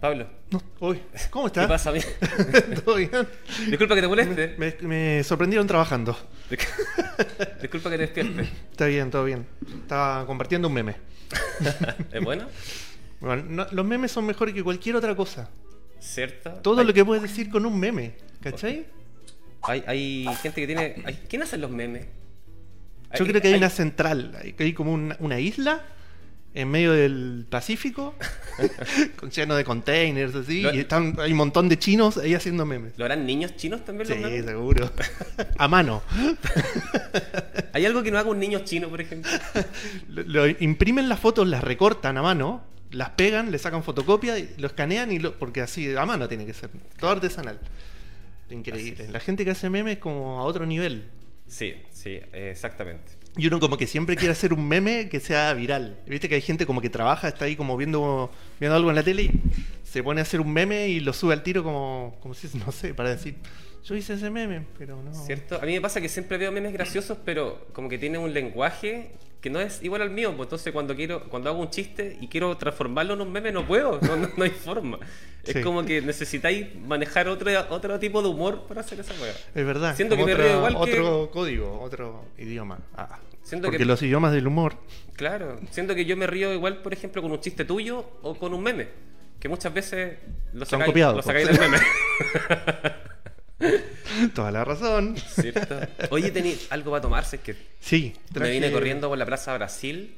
Pablo, No, uy, ¿Cómo ¿qué estás? pasa? Bien. ¿Todo bien? Disculpa que te moleste. Me, me sorprendieron trabajando. Disculpa que te despierte. Está bien, todo bien. Estaba compartiendo un meme. ¿Es bueno? Bueno, no- los memes son mejores que cualquier otra cosa. ¿Cierto? Todo hay, lo que puedes decir con un meme, ¿cachai? Hay, hay gente que tiene... hay- ¿Quién hace los memes? Yo creo que hay una central, hay, hay como una, una isla en medio del Pacífico, con lleno de containers, así, Lo- y están, hay un montón de chinos ahí haciendo memes. ¿Lo harán niños chinos también los Sí, memes? seguro. A mano. ¿Hay algo que no haga un niño chino, por ejemplo? Lo, lo imprimen las fotos, las recortan a mano, las pegan, le sacan fotocopia, y lo escanean y lo, porque así a mano tiene que ser, todo artesanal. Increíble. La gente que hace memes es como a otro nivel. Sí, sí, exactamente. Y uno como que siempre quiere hacer un meme que sea viral. Viste que hay gente como que trabaja, está ahí como viendo, viendo algo en la tele y se pone a hacer un meme y lo sube al tiro como, como si, no sé, para decir, yo hice ese meme, pero no. ¿Cierto? A mí me pasa que siempre veo memes graciosos, pero como que tienen un lenguaje que no es igual al mío. pues Entonces, cuando quiero cuando hago un chiste y quiero transformarlo en un meme, no puedo. No, no- no hay forma. Es Sí. como que necesitáis manejar otro, otro tipo de humor para hacer esa hueá. Es verdad. Siento como que me otra- río igual que- Otro código, otro idioma. Ah, Siento porque que- los idiomas del humor. Claro. Siento que yo me río igual, por ejemplo, con un chiste tuyo o con un meme. Que muchas veces lo Son sacáis, copiados, lo pues. sacáis del meme. Toda la razón. ¿Cierto? Oye, tení algo para tomarse. Es que Sí. Me traje- vine corriendo por la Plaza Brasil.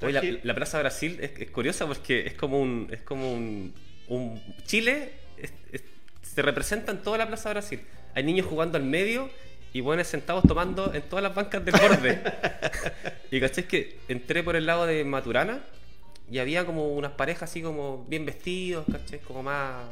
Hoy la, Traje- la Plaza Brasil es, es curiosa porque es como un. Es como un, un- Chile es- es- se representa en toda la Plaza Brasil. Hay niños jugando al medio y buenos sentados tomando en todas las bancas del borde. y caché que entré por el lado de Maturana y había como unas parejas así como bien vestidos, caché, como más.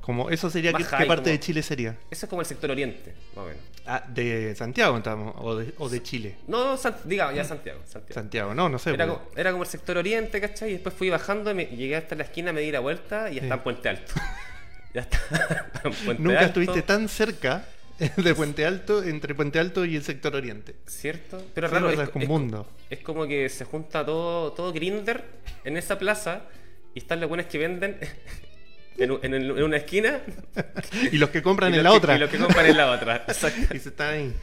Como, eso sería Más qué, qué high, parte como- de Chile sería. Eso es como el sector oriente, más o menos. Ah, de Santiago estamos, o de, o de Chile. No, no, San- diga ya Santiago, Santiago. Santiago, no, no sé. Era pues. como, era como el sector oriente, ¿cachai? Y después fui bajando y me- llegué hasta la esquina, me di la vuelta y ya Sí. está en Puente Alto. ya está en Puente Nunca Alto, estuviste tan cerca de Puente Alto, entre Puente Alto y el sector oriente. ¿Cierto? Pero Sí, raro, es, verdad, es un es- mundo. es como que se junta todo, todo Grinder en esa plaza y están los buenos que venden en, un- en el- en una esquina. Y los que compran y en los la que- otra. Y los que compran en la otra. Exacto. Y se están ahí.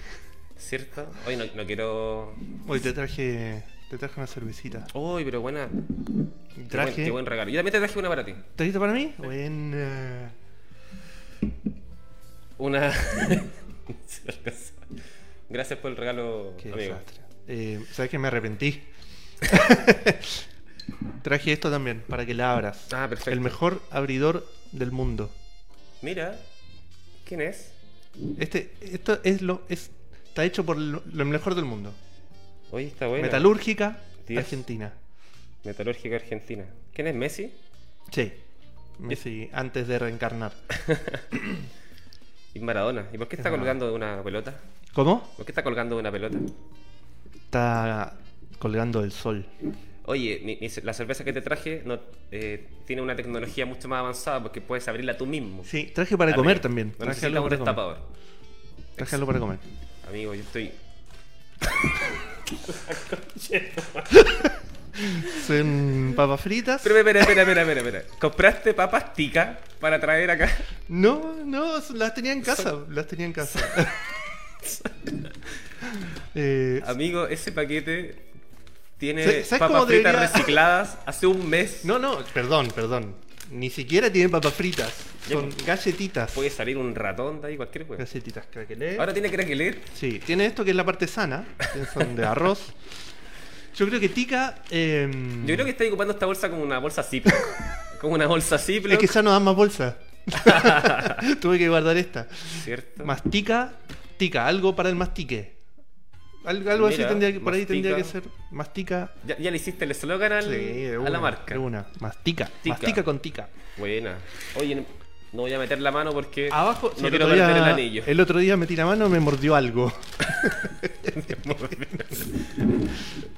¿Cierto? Hoy no, no quiero... Hoy te traje, te traje una cervecita. Uy, pero buena. Qué buen- Qué Traje. buen, regalo. Yo también te traje una para ti. ¿Trajiste para mí? eh, Buena. Una... Gracias por el regalo, Qué amigo. desastre. Eh, Sabes que me arrepentí. traje esto también para que la abras. Ah, perfecto. El mejor abridor del mundo. Mira, ¿quién es? Este, esto es lo, es, está hecho por lo, lo mejor del mundo. Oye, está bueno. Metalúrgica Diez. Argentina. Metalúrgica Argentina. ¿Quién es Messi? Sí. Messi, antes de reencarnar. Y Maradona. ¿Y por qué está Es colgando de una pelota? ¿Cómo? ¿Por qué está colgando de una pelota? Está colgando el sol. Oye, mi- mi- la cerveza que te traje no, eh, tiene una tecnología mucho más avanzada porque puedes abrirla tú mismo. Sí, traje para Amigo, comer también. No Traje necesitas algo un para comer. destapador. Traje algo para comer. Amigo, yo estoy... Son papas fritas. Espera, espera, espera, espera, espera, espera. ¿Compraste papas ticas para traer acá? No, no, son- las tenía en casa. Las tenía en casa. Eh, Amigo, ese paquete tiene ¿Sabes- sabes papas cómo fritas debería- recicladas hace un mes. no, no, perdón, perdón. Ni siquiera tienen papas fritas. Son galletitas. Puede salir un ratón de ahí, cualquier cosa. Galletitas craquelé. Ahora tiene craquelet. Sí, tiene esto que es la parte sana, que son de arroz. Yo creo que tica. eh, Yo creo que está ocupando esta bolsa como una bolsa Ziploc. como una bolsa Ziploc. Es que ya no dan más bolsas. Tuve que guardar esta. ¿Cierto? Mastica, tica, algo para el mastique. Al- algo así Mira, tendría que, por ahí tendría que mastica. ser. Mastica. Ya, ya le hiciste el eslogan al- Sí, de a una, la marca. de una. Mastica. Tica. Mastica con tica. Buena. Oye, no, no voy a meter la mano porque Abajo, no el quiero otro día- perder el anillo. el otro día metí la mano me mordió algo.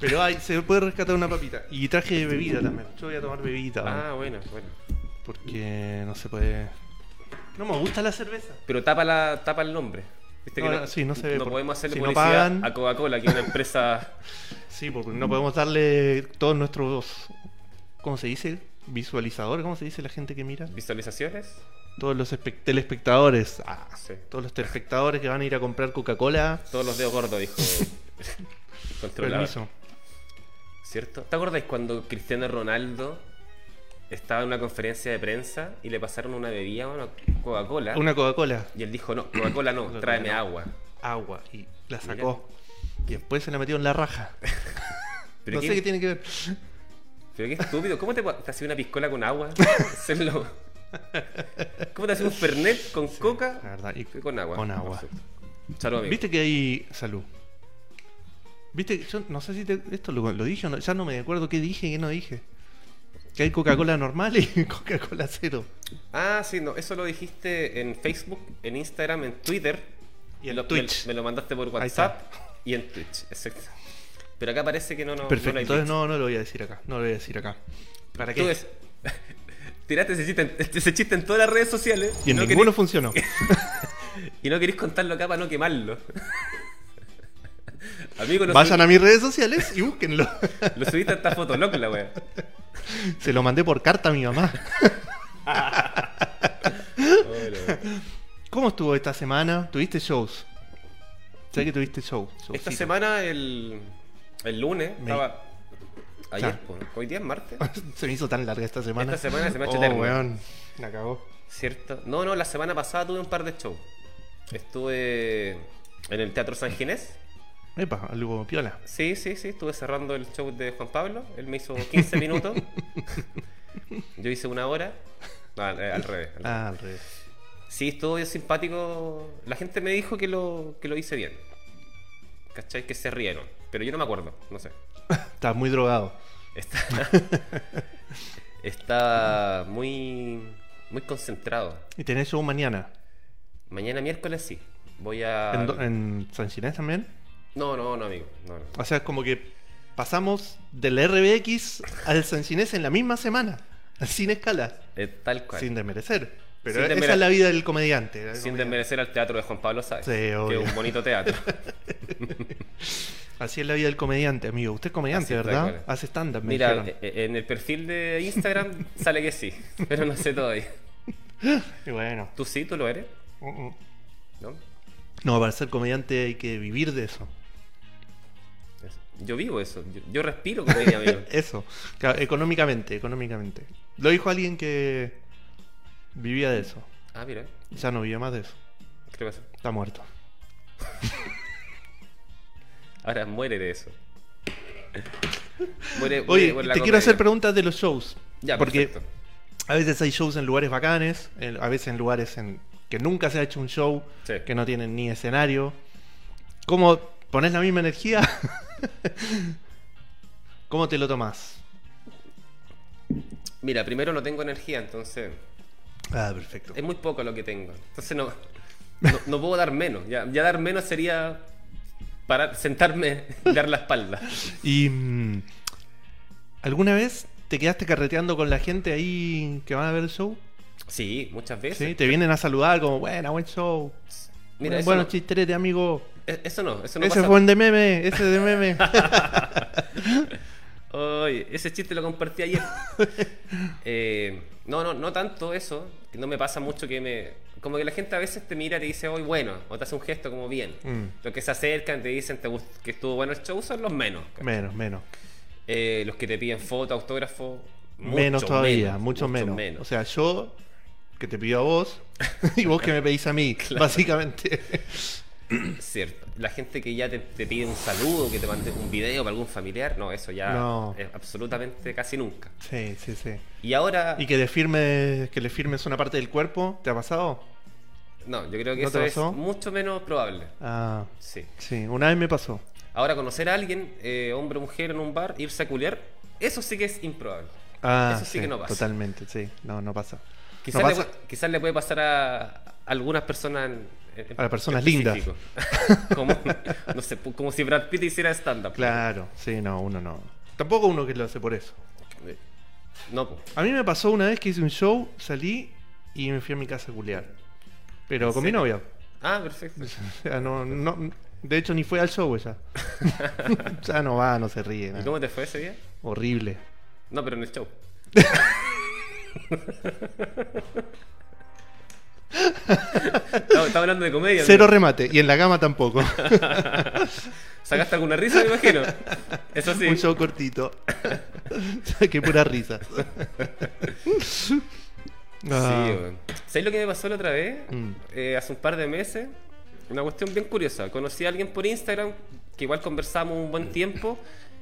Pero ay, se puede rescatar una papita. Y traje bebida también. Yo voy a tomar bebida. ah, bueno, bueno. Porque no se puede. No me gusta la cerveza. Pero tapa, la, tapa el nombre. Viste No, no, sí, no se ve por- podemos hacerle si no publicidad pagan. a Coca-Cola, que es una empresa... Mm. Sí, porque no podemos darle todos nuestros. ¿Cómo se dice? visualizador, ¿cómo se dice la gente que mira? ¿Visualizaciones? Todos los espe- telespectadores. Ah, Sí. Todos los telespectadores que van a ir a comprar Coca-Cola. Todos los dedos gordos, dijo. Controlador. Permiso. ¿Cierto? ¿Te acordáis cuando Cristiano Ronaldo estaba en una conferencia de prensa y le pasaron una bebida, una Coca-Cola? Una Coca-Cola. Y él dijo, no, Coca-Cola no, Coca-Cola tráeme no. agua. Agua. Y la sacó. Y después se la metió en la raja. Pero, no qué, sé qué tiene que ver. pero qué estúpido, ¿cómo te, pa- te hace una piscola con agua? Hacerlo- ¿Cómo te hace un fernet con coca? La verdad. y- Fue con agua. Ah. Con agua. Perfecto. Salud, amigo. Viste que hay salud. Viste, yo no sé si te- esto lo, lo dije o no, ya no me acuerdo qué dije y qué no dije. Que hay Coca-Cola normal y Coca-Cola cero. Ah, sí, no, eso lo dijiste en Facebook, en Instagram, en Twitter. Y en Lo- me- Twitch. Me, lo mandaste por Ahí está. WhatsApp y en Twitch, exacto. Pero acá parece que no, no, Perfecto, no lo hay entonces dicho. no, no lo voy a decir acá, no lo voy a decir acá. ¿Para Tú qué? ves- tiraste ese chiste, en, ese chiste en todas las redes sociales Y en no ninguno querís- funcionó. y no querís contarlo acá para no quemarlo. Amigo, lo, Vayan subí- a mis redes sociales y búsquenlo. lo subiste a esta Fotolog, la wea. Se lo mandé por carta a mi mamá. Oh, la wea. ¿Cómo estuvo esta semana? ¿Tuviste shows? Sé que tuviste show. Esta showcito. semana, el, el lunes, Me- estaba... Ayer, Claro. po, hoy día es martes. Se me hizo tan larga esta semana. Esta semana se me ha hecho oh, eterna. weón, la cagó. ¿Cierto? No, no, la semana pasada tuve un par de shows. Estuve en el Teatro San Ginés. Epa, algo piola. Sí, sí, sí, estuve cerrando el show de Juan Pablo. Él me hizo 15 minutos. Yo hice una hora. No, al, al revés. al revés. Ah, al revés. Sí, estuvo bien simpático. La gente me dijo que lo, que lo hice bien. ¿Cachai? Que se rieron. Pero yo no me acuerdo, no sé. Estás muy drogado. Está, está muy, muy concentrado. Y tenés show mañana. Mañana miércoles sí. Voy a... ¿En, do- en San Ginés también? No, no, no, amigo. No, no. O sea, es como que pasamos del RBX al San Ginés en la misma semana. Sin escala. Es Eh, tal cual. Sin desmerecer. Pero Sin esa desmere- es la vida del comediante. del Sin comediante. desmerecer al teatro de Juan Pablo Sáez. Sí, Que obvio. es un bonito teatro. Así es la vida del comediante, amigo. Usted es Así comediante, es, ¿verdad? tal cual. Hace stand-up, me Mira, dijeron. eh, en el perfil de Instagram sale que sí, pero no sé todavía. Y bueno. ¿Tú sí? ¿Tú lo eres? uh, uh. ¿No? No, para ser comediante hay que vivir de eso. Es- Yo vivo eso. Yo, yo respiro comedia, amigo. Eso. Claro, económicamente, económicamente. Lo dijo alguien que vivía de eso. Ah, mira. Ya no vive más de eso. Creo que eso. Está muerto. Ahora muere de eso. Muere, muere Oye, por te la quiero comedia. hacer preguntas de los shows. Ya, porque perfecto. a veces hay shows en lugares bacanes, en- a veces en lugares en que nunca se ha hecho un show, Sí. que no tienen ni escenario. ¿Cómo pones la misma energía? ¿Cómo te lo tomás? Mira, primero no tengo energía, entonces Ah, perfecto. es muy poco lo que tengo. Entonces no, no, no puedo dar menos. Ya, ya dar menos sería parar, sentarme y dar la espalda. ¿Y mm, alguna vez te quedaste carreteando con la gente ahí que van a ver el show? Sí, muchas veces. ¿Sí? Te vienen a saludar como, buena, buen show. Mira, eso, buenos no, chisterete, amigo. e- eso no, eso no ese pasa. fue el de meme, ese de meme. Ay, ese chiste lo compartí ayer. Eh, no, no, no tanto eso. que No me pasa mucho que me. Como que la gente a veces te mira y te dice, hoy bueno, o te hace un gesto como bien. Mm. Los que se acercan, te dicen te gust- que estuvo bueno el show son los menos. menos, menos. Eh, los que te piden foto, autógrafo. mucho menos todavía, mucho, menos. O sea, yo que te pido a vos y vos que me pedís a mí, básicamente. Cierto. La gente que ya te, te pide un saludo, que te mande un video para algún familiar, no, eso ya No. es absolutamente casi nunca. sí, sí, sí. Y ahora. Y que le firmes, que le firmes una parte del cuerpo, ¿te ha pasado? No, yo creo que ¿No te eso es pasó? mucho menos probable. Ah, Sí. sí, una vez me pasó. Ahora, conocer a alguien, eh, hombre o mujer, en un bar, irse a culiar, eso sí que es improbable. Ah, Eso sí que no pasa. Totalmente, sí, no, no pasa. Quizás, no le, pasa. pu- quizás le puede pasar a algunas personas. en- en- A las personas en específico. como, no sé, pu- como si Brad Pitt hiciera stand-up. Claro, sí, no, uno no. Tampoco uno que lo hace por eso. Eh, No, po. A mí me pasó una vez que hice un show, salí y me fui a mi casa a culiar. Pero con mi serio? novia. Ah, perfecto. O sea, no, no, de hecho, ni fue al show ella. ya no va, no se ríe. ¿Y nada. cómo te fue ese día? Horrible. No, pero en el show. Estaba estaba hablando de comedia. Cero amigo. remate. Y en la cama tampoco. ¿Sacaste alguna risa, me imagino? Eso sí. Un show cortito. Qué pura risa. Ah, Sí, weón. ¿Sabes lo que me pasó la otra vez? Mm. Eh, hace un par de meses. Una cuestión bien curiosa. Conocí a alguien por Instagram, que igual conversamos un buen tiempo.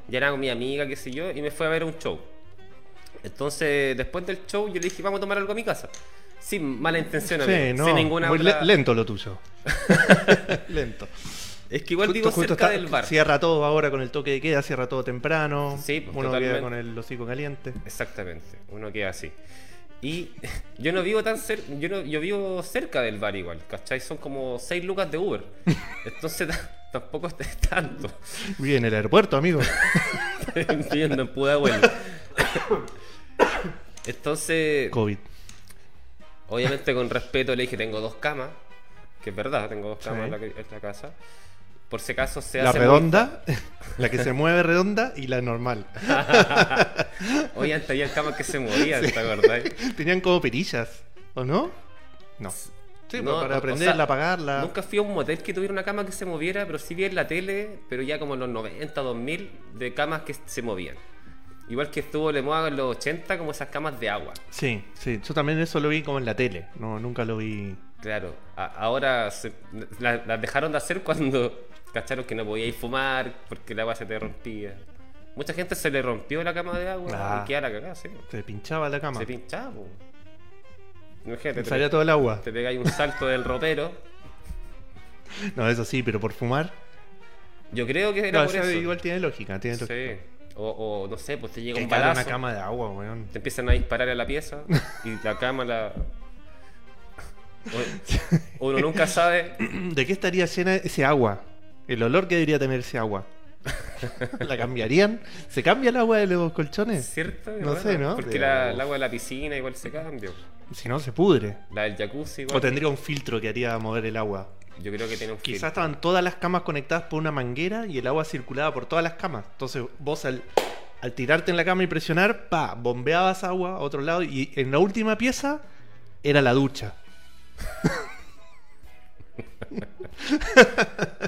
Ya era mi amiga, qué sé yo, y me fue a ver a un show. Entonces, después del show, yo le dije, vamos a tomar algo a mi casa. Sin mala intención, sí, amigo, no. sin ninguna muy otra- le- lento lo tuyo. lento. Es que igual vivo cerca está- del bar. Cierra todo ahora con el toque de queda, cierra todo temprano. Sí, pues, Uno totalmente. queda con el hocico caliente. Exactamente, uno queda así. Y yo no vivo tan cerca, yo, no, yo vivo cerca del bar igual, ¿cachai? Son como 6 lucas de Uber. Entonces ta- tampoco es- es tanto. Vive en el aeropuerto, amigo. Entiendo, en Pudahuel. Entonces, COVID. obviamente con respeto le dije, tengo dos camas, que es verdad, tengo dos camas Sí. en, la, que- en la casa. Por si acaso se La hace... redonda, la que se mueve redonda y la normal. Oye, antes había camas que se movían, ¿te acordás? Tenían como perillas, ¿o no? No. Sí, No, pues, para o aprenderla, sea, apagarla. Nunca fui a un motel que tuviera una cama que se moviera, pero sí vi en la tele, pero ya como en los 90, 2000, de camas que se movían. Igual que estuvo Le Moa en los 80, como esas camas de agua. Sí, sí. Yo también eso lo vi como en la tele. No, nunca lo vi. Claro, a- ahora se- la- las dejaron de hacer cuando cacharon que no podíais fumar porque el agua se te rompía. Mucha gente se le rompió la cama de agua Ah. y quedaba la cagada, sí. Se pinchaba la cama. Se pinchaba. po. Imagínate, Se te, salía todo el agua. te pegáis un salto del ropero. No, eso sí, pero por fumar. Yo creo que era No, por eso eso. igual tiene lógica. Tiene lógica. Sí. O, o, no sé, pues te llega Que un caiga balazo, una cama de agua, weón. te empiezan a disparar a la pieza y la cama la... O- uno nunca sabe. ¿De qué estaría llena ese agua? El olor que debería tener ese agua. ¿La cambiarían? ¿Se cambia el agua de los colchones? ¿Cierto? No sé, ¿no? Porque Pero- la- el agua de la piscina igual se cambia. Si no, se pudre. La del jacuzzi igual. O tendría un filtro que haría mover el agua. Yo creo que tiene un Quizás filtro. estaban todas las camas conectadas por una manguera y el agua circulaba por todas las camas. Entonces vos al, al tirarte en la cama y presionar, pa, bombeabas agua a otro lado y en la última pieza era la ducha.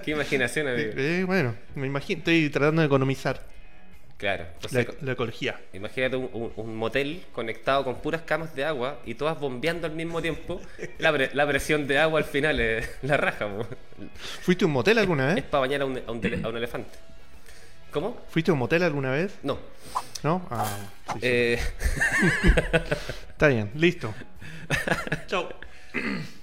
Qué imaginación, amigo. Eh, bueno, me imagino, estoy tratando de economizar Claro. la, Entonces, la ecología. imagínate un, un- un motel conectado con puras camas de agua y todas bombeando al mismo tiempo. La, pre- la presión de agua al final es la raja. po. ¿Fuiste a un motel alguna Es vez? para bañar a un, a un tele- a un elefante. ¿Cómo? ¿Fuiste a un motel alguna vez? No. ¿No? Ah, sí, sí. Eh, Está bien, listo. Chau.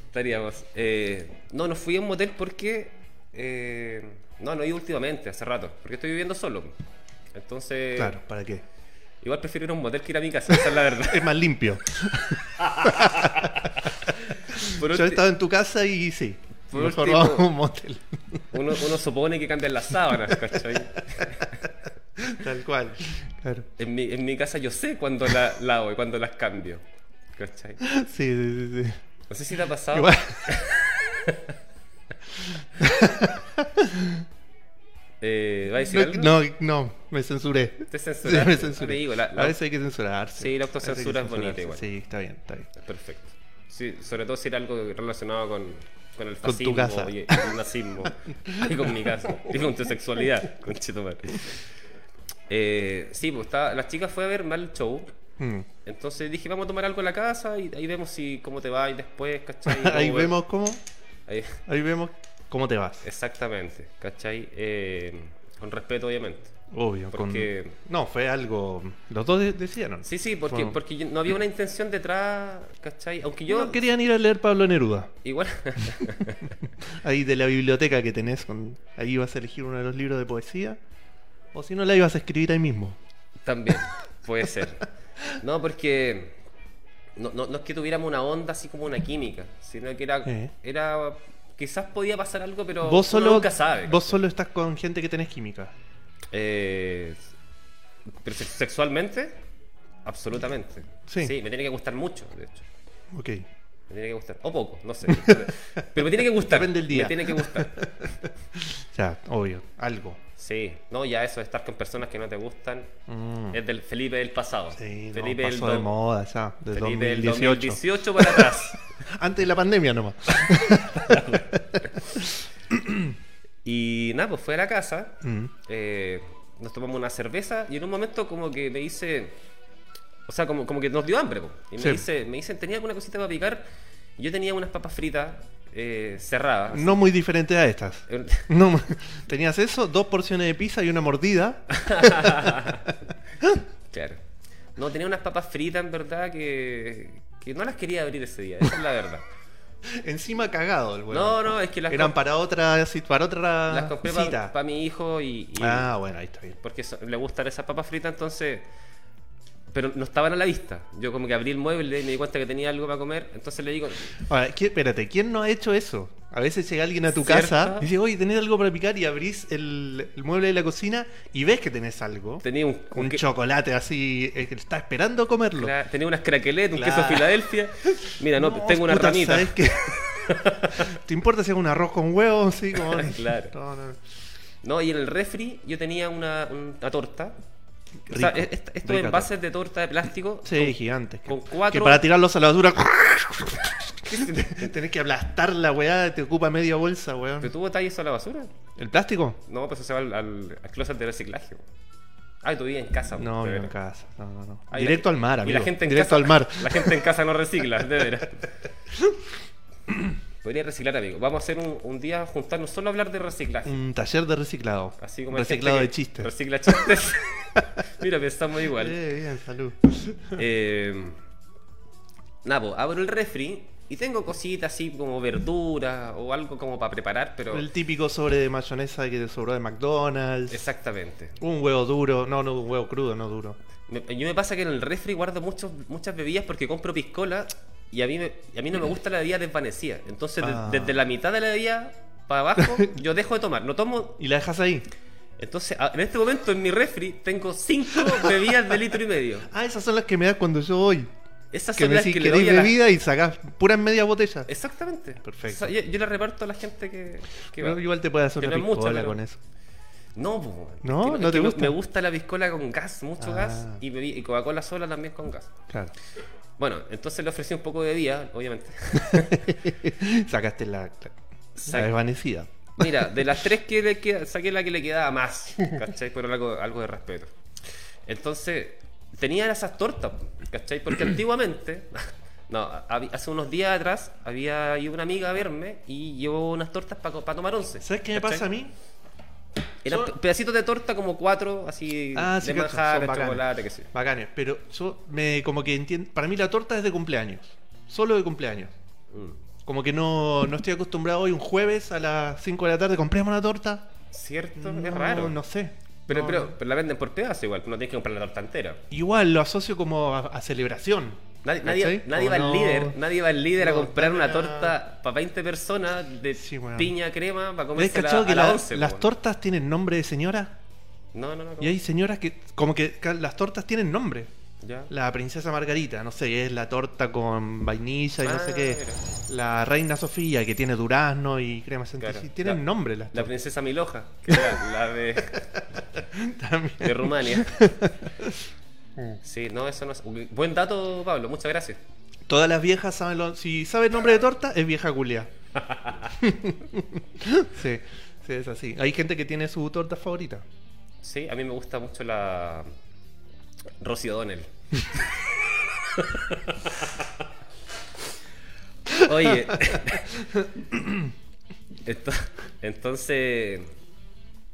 estaríamos. eh, no, no fui a un motel porque. eh, no, no he ido últimamente, hace rato. Porque estoy viviendo solo. Entonces. Claro, ¿para qué? Igual prefiero ir a un motel que ir a mi casa, esa es la verdad. Es más limpio. Por Yo he ulti- estado en tu casa y sí. Por mejor último- vamos a un motel. uno, uno supone que cambian las sábanas, ¿cachai? Tal cual. Claro. En mi, en mi casa yo sé cuándo la, la hago y cuándo las cambio. ¿Cachai? Sí, sí, sí. sí. No sé si te ha pasado. Igual- Eh, ¿Va a decir algo? No, no, no, me censuré. Te Sí, censuraste. me censuré. Amigo, la- la- A veces hay que censurarse. Sí, la A veces hay que autocensura es bonita censurarse. igual. Sí, está bien, está bien. Perfecto. Sí, sobre todo si era algo relacionado con, con el Con fascismo tu casa. y el nazismo. y con mi casa. Y con tu sexualidad, conchetumare. Eh, sí, pues estaba, la chica fue a ver mal show. Mm. Entonces dije, vamos a tomar algo en la casa y ahí vemos si cómo te va y después, ¿cachai? Ahí Cómo- vemos cómo, Ahí- ahí vemos cómo te vas. exactamente, ¿cachai? Eh, con respeto, obviamente. Obvio, con- porque- No, fue algo. Los dos de- decidieron. Sí, sí, porque, Bueno. porque yo- no había una intención detrás, ¿cachai? Aunque yo... No querían ir a leer Pablo Neruda. Igual... Ahí de la biblioteca que tenés, con... ahí ibas a elegir uno de los libros de poesía. O si no, la ibas a escribir ahí mismo. También, puede ser. No, porque no, no, no es que tuviéramos una onda así como una química, sino que era, Eh. era quizás podía pasar algo, pero vos uno solo, nunca sabe. vos solo estás con gente que tenés química. Eh, pero se- sexualmente, absolutamente. Sí. me tiene que gustar mucho, de hecho. Ok. Me tiene que gustar. O poco, no sé. Pero me tiene que gustar. Depende del día. Me tiene que gustar. O sea, Ya, obvio, algo. Sí, no, ya eso de estar con personas que no te gustan Mm. es del Felipe del pasado. Sí, no, Felipe pasó del de do- moda ya, de Felipe del 2018. 2018 para atrás. Antes de la pandemia nomás. Y nada, pues fue a la casa, Mm. eh, nos tomamos una cerveza y en un momento como que me dice, o sea, como, como que nos dio hambre, po. y me, Sí. dice, me dicen, ¿tenía alguna cosita para picar? Y Yo tenía unas papas fritas eh, cerradas. Eh, No muy diferente a estas. No, tenías eso, dos porciones de pizza y una mordida. claro. No, tenía unas papas fritas en verdad que, que no las quería abrir ese día, esa es la verdad. Encima cagado el bueno. No, no, es que las, Eran comp- para otra, ci- para otra las compré cita. para mi hijo y, y- Ah, bueno, ahí está bien. porque so- le gustan esas papas fritas, entonces... Pero no estaban a la vista. Yo como que abrí el mueble y me di cuenta que tenía algo para comer, entonces le digo, Ahora, ¿quién- espérate, ¿quién no ha hecho eso? A veces llega alguien a tu ¿Cierto? casa y dice, oye, ¿tenés algo para picar? Y abrís el, el mueble de la cocina y ves que tenés algo. tenía un, un que- chocolate así, eh, que está esperando comerlo. cla- tenía unas craqueletas, un Claro. queso Filadelfia. Mira, no, tengo una puta, ranita. ¿sabes qué? ¿Te importa si hago un arroz con huevo? Sí, como... Claro. No, no. No, y en el refri yo tenía una, una torta. o sea, Rico, es- es- estos rica envases de torta de plástico. Sí, gigantes. que- con cuatro- Que para tirarlos a la basura tenés que aplastar la weá, te ocupa media bolsa, ¿Pero weón. tú botáis eso a la basura? ¿El plástico? No, pues eso se va al, al- al closet de reciclaje. po. Ah, y tú vivías en casa. po, No, de vivo en veras. casa. No, no, no. Ah, y la- Directo al mar, amigo. Y la gente en Directo casa, al mar. La gente en casa no recicla, de veras. Podría reciclar, amigo. Vamos a hacer un, un día juntarnos solo a hablar de reciclaje. Un taller de reciclado. Así como hay gente reciclado que de chistes. Recicla chistes. Mira, pensamos igual. Eh, bien, salud. Eh, nada, po, abro el refri y tengo cositas así como verduras o algo como para preparar, pero. El típico sobre de mayonesa que te sobró de McDonald's. Exactamente. Un huevo duro. No, no, un huevo crudo, no duro. Me- yo me pasa que en el refri guardo muchos, muchas bebidas porque compro piscola y a mí, me- y a mí no me gusta la bebida desvanecida. Entonces, de- Ah. desde la mitad de la bebida para abajo, yo dejo de tomar. No tomo. ¿Y la dejas ahí? Entonces, a- en este momento en mi refri tengo cinco bebidas de litro y medio. Ah, esas son las que me das cuando yo voy. Esas Que son me las decís que que le doy a la- bebida y sacás puras media botella. Exactamente. Perfecto. O sea, yo, yo le reparto a la gente que, que Pero va. igual te puedes hacer Que una no es mucha, piscola pero- con eso. No, po, weón. ¿No? Que- ¿No es que te me- gusta? Me gusta la piscola con gas, mucho Ah. gas, y, bebi- y Coca-Cola sola también con gas. Claro. Bueno, entonces le ofrecí un poco de bebida, obviamente. Sacaste la, la- la Sac- desvanecida. Mira, de las tres que le queda, saqué la que le quedaba más, ¿cachai? Pero algo, algo de respeto. Entonces, tenía esas tortas, ¿cachai? Porque antiguamente, no, hab- hace unos días atrás, había ido una amiga a verme y llevó unas tortas para tomar once. ¿Sabes qué me ¿cachai? pasa a mí? Eran Son- pedacitos de torta como cuatro, así Ah, sí, de cacho, manjar, son de bacanes. chocolate, qué sé yo. Bacanes, eh, pero yo me como que entiendo. Para mí la torta es de cumpleaños. Solo de cumpleaños. Mm. Como que no, no estoy acostumbrado hoy un jueves a las 5 de la tarde. ¿Compramos una torta? ¿Cierto? No, es raro. No sé. pero, No, pero, no. pero la venden por pedazos igual, no tienes que comprar la torta entera. Igual lo asocio como a, a celebración. Nadie, nadie, ¿cachai? nadie va Como al no- líder, nadie va al líder a no, comprar una para- torta para 20 personas de Sí, weón. piña crema para ¿Ves, comerse a la, cachado, que a la la- 11, las weón? tortas tienen nombre de señora? No, no, no. Y hay señoras que, como que ca- las tortas tienen nombre. Ya. La princesa Margarita, no sé, es la torta con vainilla y no Ah, sé qué. mira. La reina Sofía, que tiene durazno y crema centella. Claro. Sí, Tienen La- nombre las La princesa Miloja, que era la de, tortas también. de Rumania. Sí, no, eso no es. Buen dato, Pablo, muchas gracias. Todas las viejas saben lo- Si sabe el nombre de torta, es vieja culia. sí, sí, es así. Hay gente que tiene su torta favorita. Sí, a mí me gusta mucho la. Rosy O'Donnell. Oye. Ento- Entonces.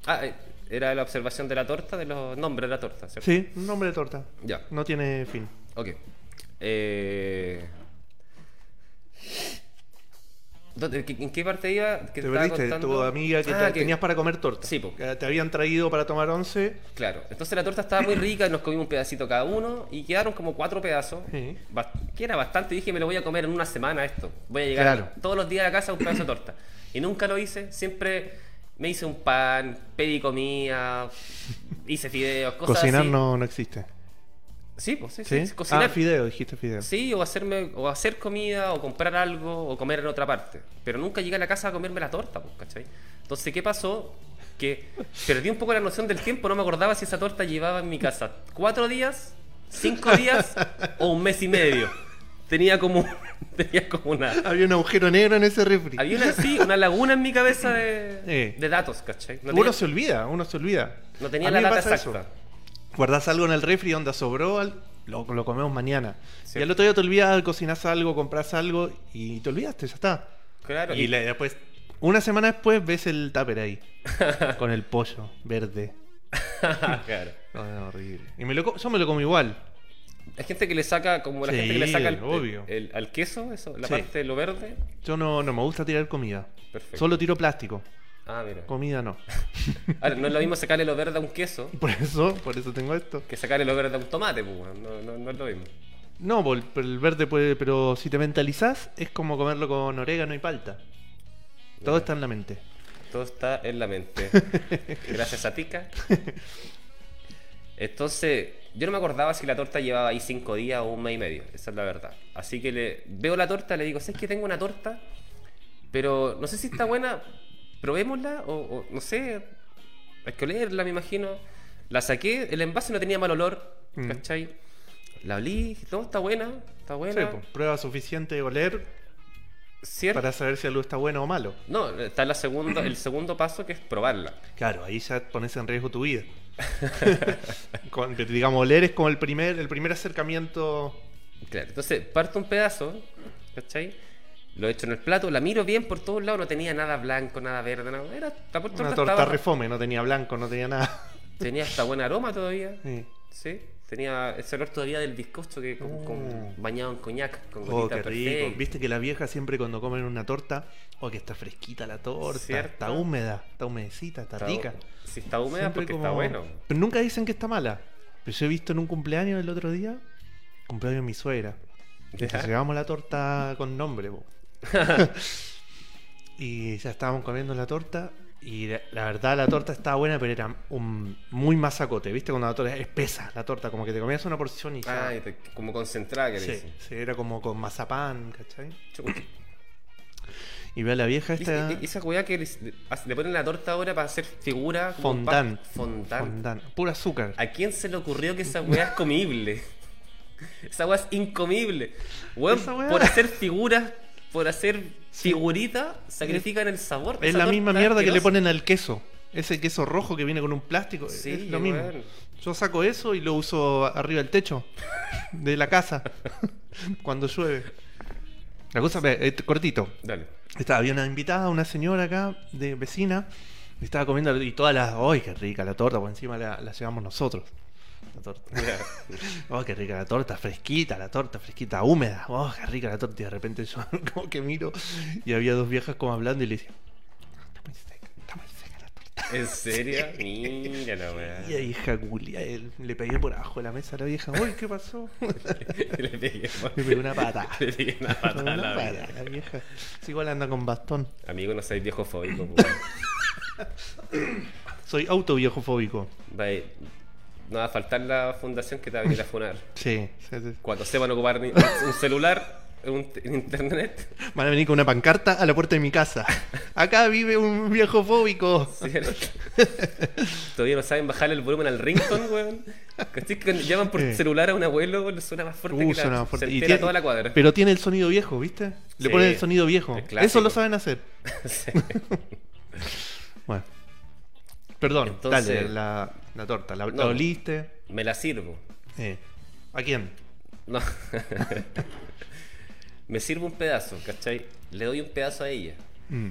Ah, eh, era la observación de la torta, de los nombres de la torta, ¿cierto? Sí, un nombre de torta. Ya, No tiene fin. ok. Eh... ¿dónde- qué- ¿En qué parte iba? Que Te estaba perdiste contando? tu amiga que, Ah, te- tenías para comer torta. Sí, po. Que Te habían traído para tomar once. Claro, entonces la torta estaba muy rica y nos comimos un pedacito cada uno y quedaron como cuatro pedazos, Sí. bas- que era bastante. Dije, me lo voy a comer en una semana esto. Voy a llegar Claro. todos los días a la casa a un pedazo de torta. Y nunca lo hice, siempre me hice un pan, pedí comida, hice fideos, cosas Cocinar así. no, no existe. Sí, pues sí, sí, ¿Sí? sí, cocinar. Ah, fideo, dijiste fideo. Sí, o, hacerme, o hacer comida, o comprar algo, o comer en otra parte. Pero nunca llegué a la casa a comerme la torta, pues, ¿cachai? Entonces, ¿qué pasó? que perdí un poco la noción del tiempo, no me acordaba si esa torta llevaba en mi casa cuatro días, cinco días o un mes y medio. Tenía como, tenía como una... Había un agujero negro en ese refri. Había una, sí, una laguna en mi cabeza de, Eh. de datos, ¿cachai? No uno tenía, se olvida, uno se olvida. no tenía A mí la me data pasa exacta. eso. Guardás algo en el refri, onda sobró, al- lo, lo comemos mañana. Sí. Y al otro día te olvidas, cocinás algo, compras algo y te olvidaste, ya está. Claro, Y y- le- después, una semana después, ves el tupper ahí. con el pollo verde. claro. No, no, horrible. Y me lo, co- yo me lo como igual. Hay gente que le saca, como la Sí, gente que le saca el, obvio. el- al queso, eso, la Sí. parte de lo verde. Yo no, no me gusta tirar comida. Perfecto. Solo tiro plástico. Ah, mira. Comida no. Ahora, no es lo mismo sacarle lo verde a un queso Por eso, por eso tengo esto. que sacarle lo verde a un tomate, pues, weón. no, no, no es lo mismo. No, por- por el verde puede, pero si te mentalizás, es como comerlo con orégano y palta. Todo está en la mente. Todo está en la mente. Gracias a Tica. Entonces, yo no me acordaba si la torta llevaba ahí cinco días o un mes y medio. Esa es la verdad. Así que le veo la torta, le digo, ¿sabes que tengo una torta? Pero no sé si está buena. Probémosla o, o no sé. Hay que olerla, me imagino. La saqué, el envase no tenía mal olor. Mm. ¿Cachai? La olí, dije, no, está buena, está Sí, buena. po, prueba suficiente de oler ¿Cierto? para saber si algo está bueno o malo. No, está la segunda, el segundo paso que es probarla. Claro, ahí ya pones en riesgo tu vida. Con- digamos, oler es como el primer, el primer acercamiento. Claro, entonces parto un pedazo, ¿cachai? Lo echo en el plato, la miro bien por todos lados, no tenía nada blanco, nada verde, nada. Era, la torta Una estaba- torta refome, no tenía blanco, no tenía nada. Tenía hasta buen aroma todavía, Sí. ¿sí? Tenía ese olor todavía del bizcocho que con, con- Mm. bañado en coñac, con Oh, gotitas qué perfectas. rico. Viste que la vieja siempre cuando comen una torta, oh, que está fresquita la torta, Cierto. está húmeda, está humedecita, está, rica. Si está húmeda Siempre porque está como- bueno. Pero nunca dicen que está mala. Pero yo he visto en un cumpleaños el otro día, cumpleaños de mi suegra. Ya. Entonces llevamos la torta con nombre, po. y ya estábamos comiendo la torta. Y la, la verdad, la torta estaba buena, pero era un, muy masacote. ¿Viste? Cuando la torta es espesa, la torta, como que te comías una porción y ya. Ah, y te- como concentrada que le Sí, dicen. sí, era como con mazapán, ¿cachai? Chuta. Y veo a la vieja Y- esta. y- Esa weá que le, le ponen la torta ahora para hacer figura. como un Fondant. pa- Fondant. fondant, Puro azúcar. ¿A quién se le ocurrió que esa weá es comible? Esa weá es incomible. Weón, Esa weá- por hacer figuras, por hacer figuritas, sacrifican el sabor. Es Esa la torta misma mierda que le asquerosa. ponen al queso. Ese queso rojo que viene con un plástico. Sí, es lo mismo. weón. Yo saco eso y lo uso arriba del techo de la casa cuando llueve. La cosa, eh, cortito. Dale. Estaba, había una invitada, una señora acá, de vecina, y estaba comiendo y todas las. ¡Ay, qué rica la torta! Por encima la, la llevamos nosotros. La torta. Ya. ¡Oh, qué rica la torta! Fresquita, la torta, fresquita, húmeda. ¡Oh, qué rica la torta! Y de repente yo como que miro y había dos viejas como hablando y le decía, está muy seca, está muy seca la torta. ¿En serio? Mira la weá. Y la vieja culia, él- le pegué por abajo de la mesa a la vieja, ¡Uy, qué pasó! le pegué, Le pegué una pata. le pegué una patada a la Una vida. pata, la vieja. Sí, igual anda con bastón. Amigo, no seas viejo fóbico. weón. Soy autoviejofóbico. Vale. No va a faltar la fundación que te va a venir a funar. Sí, sí, sí. Cuando sepan ocupar ni- un celular, un t- internet. Van a venir con una pancarta a la puerta de mi casa. Acá vive un viejo fóbico. ¿Cierto? Todavía no saben bajarle el volumen al ringtone, weón. ¿Cachai? Que llaman por Eh. celular a un abuelo, weón, le suena más fuerte Uh, que la, suena fuerte. se Y entera tiene- toda la cuadra. Pero tiene el sonido viejo, ¿viste? Le Sí, ponen el sonido viejo. el clásico. Eso lo saben hacer. Sí. Bueno. Perdón, Entonces- dale la, la torta. ¿La, la No. oliste? Me la sirvo. Eh, ¿A quién? No. Me sirvo un pedazo, ¿cachai? Le doy un pedazo a ella. Mm.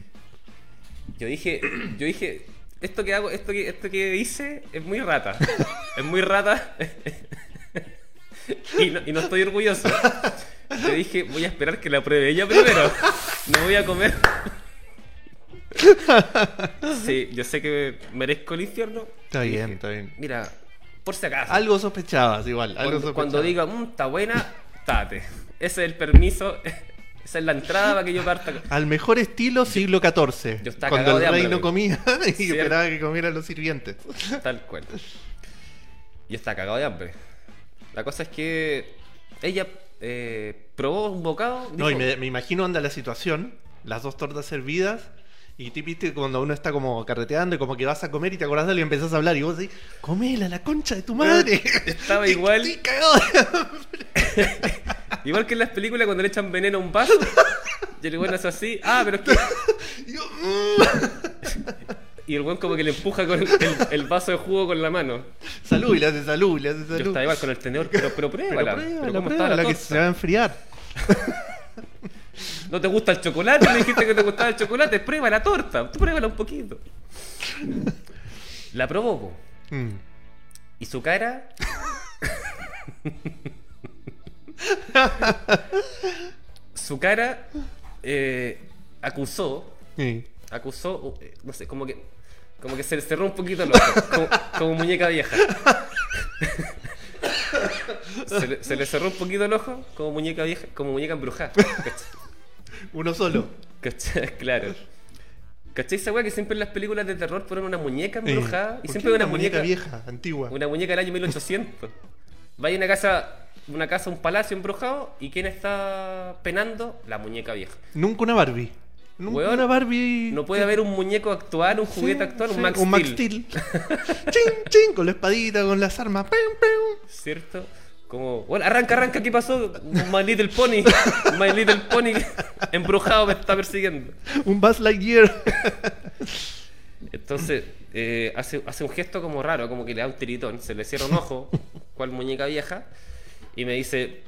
Yo dije, yo dije, esto que hago, esto que, esto que hice es muy rata. Es muy rata. Y no, y no estoy orgulloso. Yo dije, voy a esperar que la pruebe ella primero. No voy a comer. Sí, yo sé que merezco el infierno. Está Y bien, dije, está bien. Mira, por si acaso. Algo sospechabas igual. algo cuando, sospechabas. cuando diga, "Mm, está buena, tate. Ese es el permiso. Esa es la entrada para que yo parta. Al mejor estilo siglo XIV. yo estaba cuando cagado el de hambre, rey no amigo. comía y Cierto. esperaba que comieran los sirvientes. Tal cual. Y está cagado de hambre. La cosa es que ella eh, probó un bocado. No, y dijo, "Eh, me, me imagino anda la situación, las dos tortas servidas, Y te viste cuando uno está como carreteando y como que vas a comer y te acordás de algo y empezás a hablar y vos decís, comela la concha de tu madre. Estaba igual. Estoy cagado. Igual que en las películas cuando le echan veneno a un vaso. Y el weón hace así. Ah, pero es que. Y yo, "Mm". Y el weón como que le empuja con el, el vaso de jugo con la mano. Salud, y le hace salud, le hace Yo salud. estaba igual con el tenedor, pero, pero Pero pruébala. pruébala, Pero pruébala, ¿cómo estaba la que torta? se va a enfriar. ¿No te gusta el chocolate? Me dijiste que te gustaba el chocolate. Prueba la torta. Tú pruébala un poquito. La probó. po. Mm. Y su cara. su cara eh, acusó. Sí. Acusó. eh, No sé, como que. Como que se le cerró un poquito el ojo. Como, como muñeca vieja. se, le, se le cerró un poquito el ojo como muñeca vieja. Como muñeca embrujada. ¿cachai? Uno solo. ¿Cachai? Claro. ¿Cachai esa weá que siempre en las películas de terror ponen una muñeca Eh, embrujada? y ¿por siempre qué hay una muñeca, vieja, antigua. una muñeca del año 1800. Vaya a una casa, una casa, un palacio embrujado y ¿quién está penando? La muñeca vieja. Nunca una Barbie. Nunca Weón, una Barbie. No puede haber un muñeco actual, un Sí, juguete actual, sí, un Max Un Max Steel, Steel. chin, chin, con la espadita, con las armas. Pum, pum. ¿Cierto? Como, bueno, arranca, arranca, ¿qué pasó? My Little Pony, My Little Pony embrujado me está persiguiendo. Un Buzz Lightyear. Entonces, eh, hace, hace un gesto como raro, como que le da un tiritón, se le cierra un ojo, cual muñeca vieja, y me dice,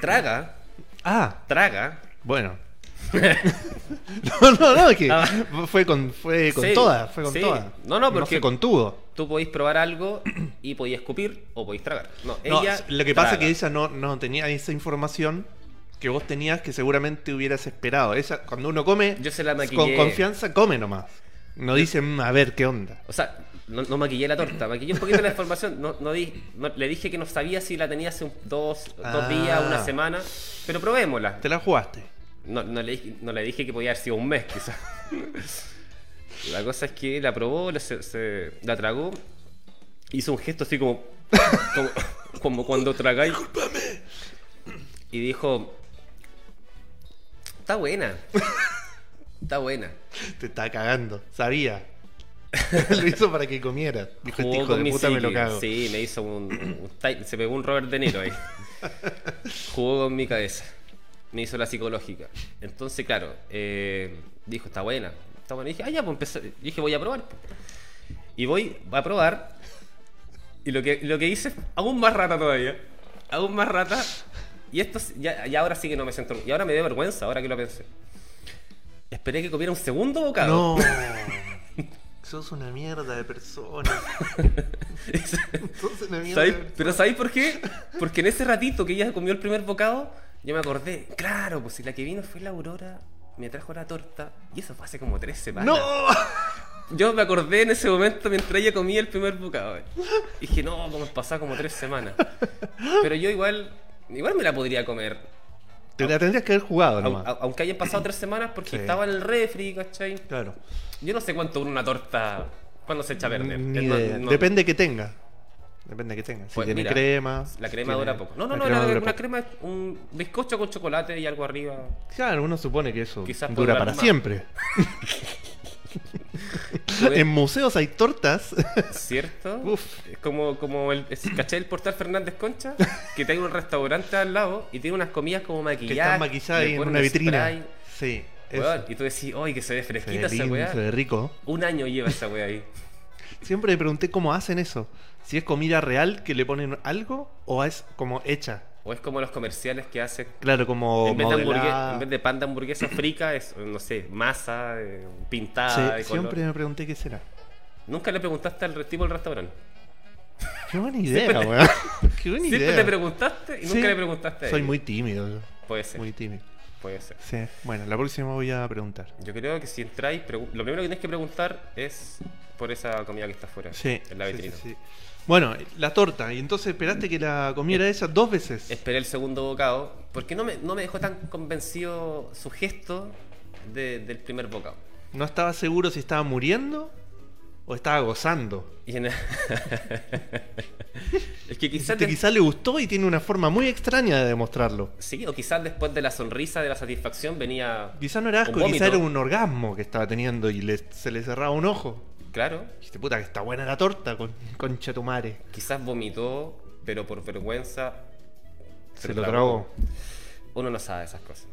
traga, ah, traga. bueno. no, no, no, es que Ah. fue con, fue con Sí, toda, fue con sí. toda. No, no, porque- se contuvo. Tú podéis probar algo y podéis escupir o podéis tragar. No, No, ella lo que pasa es traga. que ella no, no tenía esa información que vos tenías que seguramente hubieras esperado. Ella, cuando uno come, Yo se la maquillé. con confianza come nomás. No dicen, a ver qué onda. O sea, no, no maquillé la torta, maquillé un poquito la información. No, no di- no- le dije que no sabía si la tenía hace un- dos, Ah. dos días, una semana, pero probémosla. Te la jugaste. No, no le, dije- no le dije que podía haber sido un mes, quizás. La cosa es que la probó, la, se- se- la tragó, hizo un gesto así como. como, como cuando tragáis. Y dijo: Está buena. Está buena. Te estaba cagando. Sabía. lo hizo para que comieras. Dijo, este Jugó hijo con de mi puta me lo psique. cago. Sí, me hizo un, un tai- Se pegó un Robert De Niro ahí. Jugó con mi cabeza. Me hizo la psicológica. Entonces, claro, eh, dijo, está buena. Está buena. Y dije, ah, ya, pues empecé. y Dije, voy a probar. Y voy a probar. Y lo que, lo que hice es aún más rata todavía. Aún más rata. Y esto s- ya, ya ahora sí que no me siento. Y ahora me dio vergüenza, ahora que lo pensé. Esperé que comiera un segundo bocado. No. Sos una mierda de persona. Sos una mierda ¿Sabéis- de persona. ¿Pero sabéis por qué? Porque en ese ratito que ella comió el primer bocado, yo me acordé, claro, pues si la que vino fue la Aurora, me trajo la torta, y eso fue hace como tres semanas. ¡No! Yo me acordé en ese momento mientras ella comía el primer bocado. eh. Y dije, no, como pasaba como tres semanas. Pero yo igual, igual me la podría comer. Te la tendrías que haber jugado au- nomás. au- aunque hayan pasado tres semanas porque Sí. estaba en el refri, ¿cachai? Claro. Yo no sé cuánto dura una torta cuando se echa a perder. Eh, Ni No- idea. no- Depende que tenga. Depende que tenga. Si Pues tiene mira, crema. La crema tiene- dura poco. No, no, la no, crema la- dura una poco. crema es un bizcocho con chocolate y algo arriba. Claro, uno supone que eso Quizás puede dura durar para más. siempre. en museos hay tortas. ¿Cierto? Em- Uf. Es como, como el. es- ¿Caché el portal Fernández Concha? Que tiene un restaurante al lado y tiene unas comidas como que maquilladas. están maquilladas ahí en una vitrina. Sí. eso. y tú decís, ¡ay, que se ve Se ve fresquita esa lindo, weá! se ve rico. Un año lleva esa weá ahí. Siempre me pregunté cómo hacen eso. Si es comida real que le ponen algo o es como hecha. O es como los comerciales que hacen. Claro, como en, vez de hamburguesa, modelada. en vez de pan de hamburguesa frica, es, no sé, masa eh, pintada. Sí, de color. siempre me pregunté qué será. Nunca le preguntaste al tipo del restaurante. Qué buena idea, weón. Qué buena Siempre idea. te preguntaste y nunca Sí. le preguntaste a Soy él. muy tímido. yo. Puede ser, Muy tímido. puede ser. Sí. Bueno, la próxima voy a preguntar. Yo creo que si entráis, pregu- lo primero que tenéis que preguntar es por esa comida que está afuera, Sí. en la sí, vitrina. sí, sí. Bueno, la torta. Y entonces esperaste que la Eh, comiera ella dos veces. Esperé el segundo bocado, porque no me, no me dejó tan convencido su gesto de- del primer bocado. No estaba seguro si estaba muriendo o estaba gozando. Y en, Es que quizás. Este quizá le gustó y tiene una forma muy extraña de demostrarlo. Sí, o quizás después de la sonrisa, de la satisfacción, venía. Quizá no era asco, Un vómito. quizá era un orgasmo que estaba teniendo y le- se le cerraba un ojo. Claro, Dijiste, puta, que está buena la torta, con, concha tu madre. quizás vomitó, pero por vergüenza. Se lo tragó. Uno no sabe esas cosas.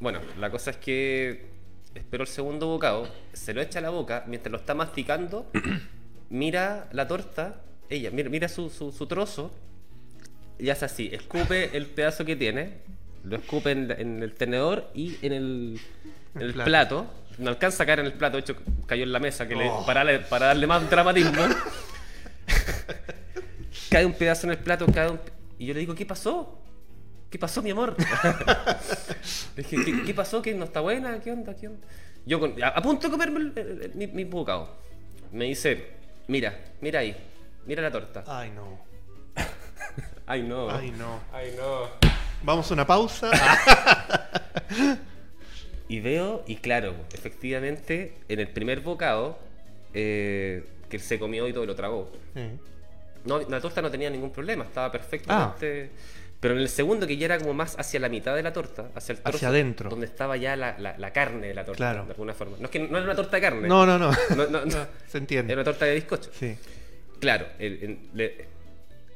Bueno, la cosa es que espero el segundo bocado, se lo echa a la boca, mientras lo está masticando, mira la torta, ella, mira, mira su, su- su trozo, y hace así, escupe el pedazo que tiene, lo escupe en, la- en el tenedor y en el, en El el plato. plato. no alcanza a caer en el plato, de hecho cayó en la mesa que le- Oh. para, darle- para darle más dramatismo. cae un pedazo en el plato, cae un... Y yo le digo, ¿qué pasó? ¿Qué pasó, mi amor? Le dije, ¿qué, qué pasó? ¿Qué no está buena? ¿Qué onda? ¿Qué onda? Yo con- a, a punto de comerme el- el- el- mi, mi bocado. Me dice, mira, mira ahí, mira la torta. Ay, no. Ay no. Ay, no. Ay, no. Vamos a una pausa. Ah. Y veo, y claro, efectivamente, en el primer bocado, eh, que se comió y todo lo tragó. Eh, No, la torta no tenía ningún problema, estaba perfectamente. Ah. Pero en el segundo, que ya era como más hacia la mitad de la torta, hacia el Hacia trozo, adentro. Donde estaba ya la, la- la carne de la torta, Claro. de alguna forma. No es que no era una torta de carne. No, no, no. No, no, no. Se entiende. Era una torta de bizcocho. Sí. Claro, el- el- le-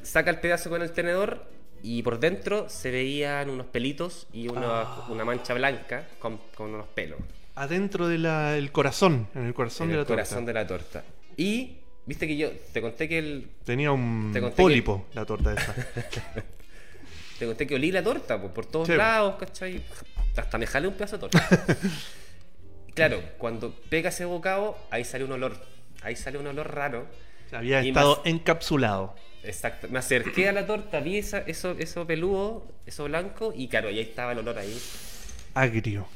saca el pedazo con el tenedor y por dentro se veían unos pelitos y una, una mancha blanca con, con unos pelos. Adentro del corazón, en el corazón en de el la torta. corazón de la torta. Y viste que yo te conté que el, Tenía un Te conté pólipo la torta esa. Te conté que olí la torta po, por todos Sí, po. lados, ¿cachai? Hasta me jalé un pedazo de torta. claro, cuando pega ese bocado, ahí sale un olor. Ahí sale un olor raro. Había Y estado más- encapsulado. Exacto. Me acerqué a la torta, vi esa- eso, eso peludo, eso blanco, y claro, y ahí estaba el olor ahí. Agrio.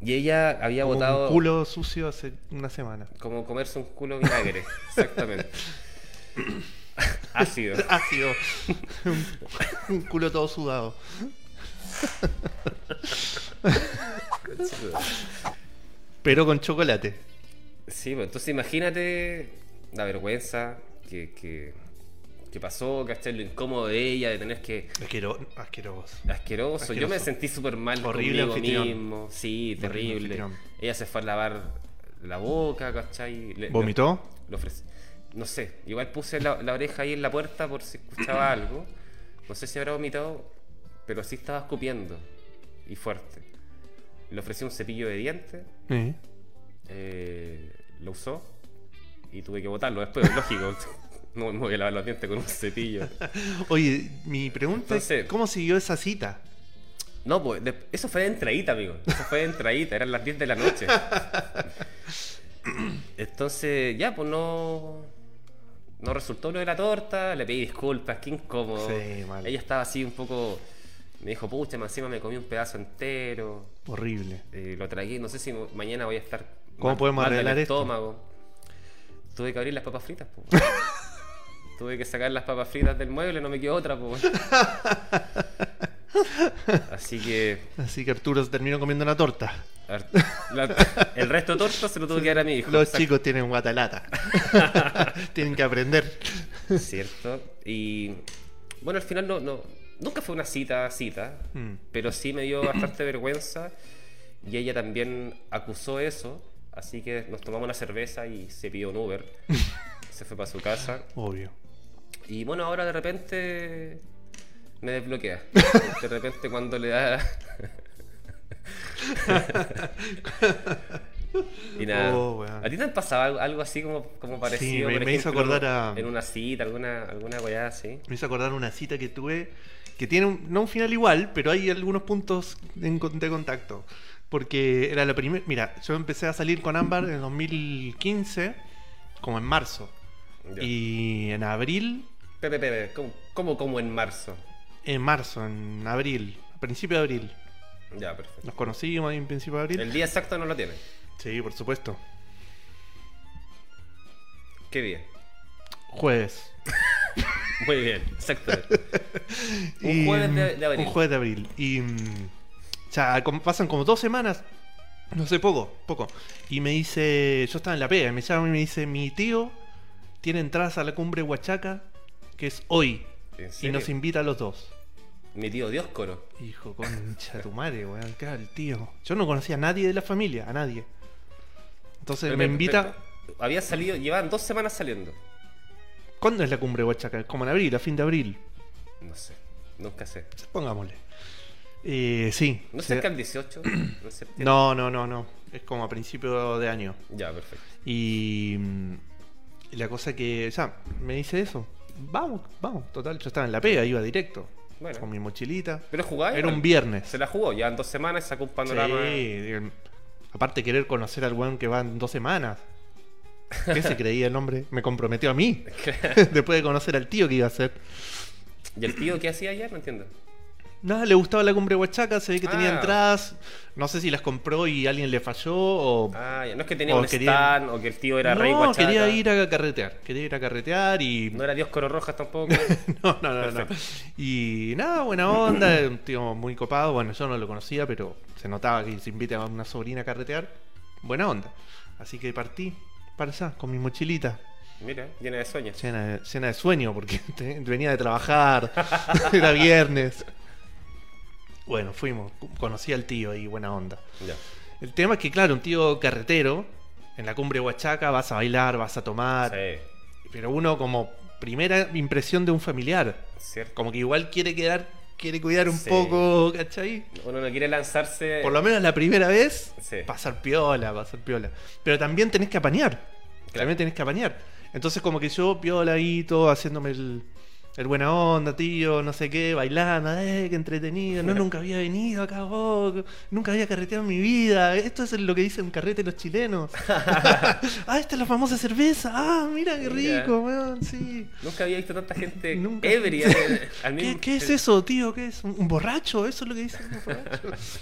Y ella había Como botado. Un culo sucio hace una semana. Como comerse un culo vinagre. Exactamente. Ácido. Ácido. Un- un culo todo sudado. Pero con chocolate. Sí, pues entonces imagínate la vergüenza que, que, que pasó, ¿cachai? Lo incómodo de ella, de tener que. Asquero- asqueroso. Asqueroso. Yo me Asqueroso. sentí súper mal Horrible conmigo anfitrión. mismo. Sí, Horrible terrible. anfitrión. Ella se fue a lavar la boca, ¿cachai? Le- ¿Vomitó? le ofrecí- No sé, igual puse la, la oreja ahí en la puerta por si escuchaba algo. No sé si habrá vomitado, pero sí estaba escupiendo. Y fuerte. Le ofrecí un cepillo de dientes, Sí. eh, lo usó y tuve que botarlo después, lógico. No me voy a lavar los dientes con un cepillo. Oye, mi pregunta es: Entonces- ¿cómo siguió esa cita? No, pues de- eso fue de entradita, amigo. Eso fue de entradita, eran las 10 de la noche. Entonces, ya, pues no. No resultó lo de la torta, le pedí disculpas, qué incómodo. Sí, mal. Ella estaba así un poco. Me dijo, pucha, más encima me comí un pedazo entero, Horrible. eh, lo tragué, no sé si mo- mañana voy a estar. ¿Cómo podemos del arreglar esto? estómago. Tuve que abrir las papas fritas, pues. Tuve que sacar las papas fritas del mueble, no me quedó otra, pues. Así que. Así que Arturo se terminó comiendo una torta. Ar- la- el resto de torta se lo tuve que dar a mi hijo. Los exacto, chicos tienen guatalata. tienen que aprender. ¿Cierto? Y bueno, al final no, no- nunca fue una cita, cita, Mm. pero sí me dio bastante vergüenza y ella también acusó eso, así que nos tomamos una cerveza y se pidió un Uber, se fue para su casa Obvio. y bueno, ahora de repente me desbloquea. De repente cuando le da... Y nada. Oh, weón. ¿A ti te han pasado algo, algo así como, como parecido? me- por me hizo ejemplo, acordar a- En una cita, alguna, alguna weá así. Me hizo acordar una cita que tuve que tiene un- no un final igual, pero hay algunos puntos en con- de contacto. Porque era la primera. Mira, yo empecé a salir con Ámbar en 2015, como en marzo. Ya. Y en abril, Pepe, Pepe, ¿cómo, cómo, cómo en marzo? en marzo, en abril, a principio de abril. Ya, perfecto. Nos conocimos ahí en principio de abril. El día exacto no lo tiene. Sí, por supuesto. Qué bien. Jueves. Muy bien, exacto. Un Y, mm, jueves de- de abril. Un jueves de abril. Y. mm, O sea, como- pasan como dos semanas. No sé, poco, poco. Y me dice. Yo estaba en la pega. Y me llama y me dice: Mi tío tiene entradas a la cumbre Huachaca. Que es hoy. ¿En y serio? nos invita a los dos. Mi tío Dioscoro. Hijo, concha de tu madre, weón. Claro, el tío. Yo no conocía a nadie de la familia, a nadie. Entonces Pero, me pero, invita. pero, había salido, llevaban dos semanas saliendo. ¿Cuándo es la cumbre Huachaca? Como en abril, a fin de abril. No sé, nunca sé. Pongámosle. Eh, sí. ¿No se- cerca el 18? en septiembre? no, no, no, no. Es como a principio de año. Ya, perfecto. Y mm, la cosa que, o sea, me dice eso. Vamos, vamos. Total, yo estaba en la pega, iba directo. Bueno. Con mi mochilita. Pero jugaba Era igual. un viernes. Se la eh. jugó, llevan dos semanas, sacó un Sí, panorama. digan, aparte querer conocer al weón que va en dos semanas. ¿Qué se creía el hombre? Me comprometió a mí. Después de conocer al tío que iba a ser. ¿Y el tío qué hacía ayer? No entiendo. Nada, le gustaba la cumbre huachaca, se ve que tenía Ah. entradas. No sé si las compró y alguien le falló o. Ah, ya. No es que tenía O un quería- stand o que el tío era no, rey guachaca. quería ir a carretear. Quería ir a carretear y. No era Dios Coro Rojas tampoco. No, no, no, no. Y nada, buena onda, un tío muy copado. Bueno, yo no lo conocía, pero se notaba que se invita a una sobrina a carretear. Buena onda. Así que partí para allá con mi mochilita. Mira, llena de sueños. Llena de, llena de sueño porque te- venía de trabajar, era viernes. Bueno, fuimos, conocí al tío y buena onda. Ya. El tema es que, claro, un tío carretero, en la cumbre huachaca vas a bailar, vas a tomar, Sí, pero uno como primera impresión de un familiar, cierto. como que igual quiere quedar, quiere cuidar un Sí. poco, ¿cachai? Uno no quiere lanzarse. Por lo menos la primera vez, Sí. pasar piola, pasar piola. Pero también tenés que apañar. También tenés que apañar. Entonces, como que yo piola ahí, todo haciéndome el, el buena onda, tío, no sé qué, bailando, eh, qué entretenido. No, nunca había venido acá vos, nunca había carreteado en mi vida. Esto es lo que dicen carrete los chilenos. ah, esta es la famosa cerveza. Ah, mira qué Mira. rico, weón, sí. Nunca había visto tanta gente Nunca. ebria. eh, al ¿Qué, mismo- qué es eso, tío? ¿Qué es? ¿Un un borracho? Eso es lo que dicen los borrachos.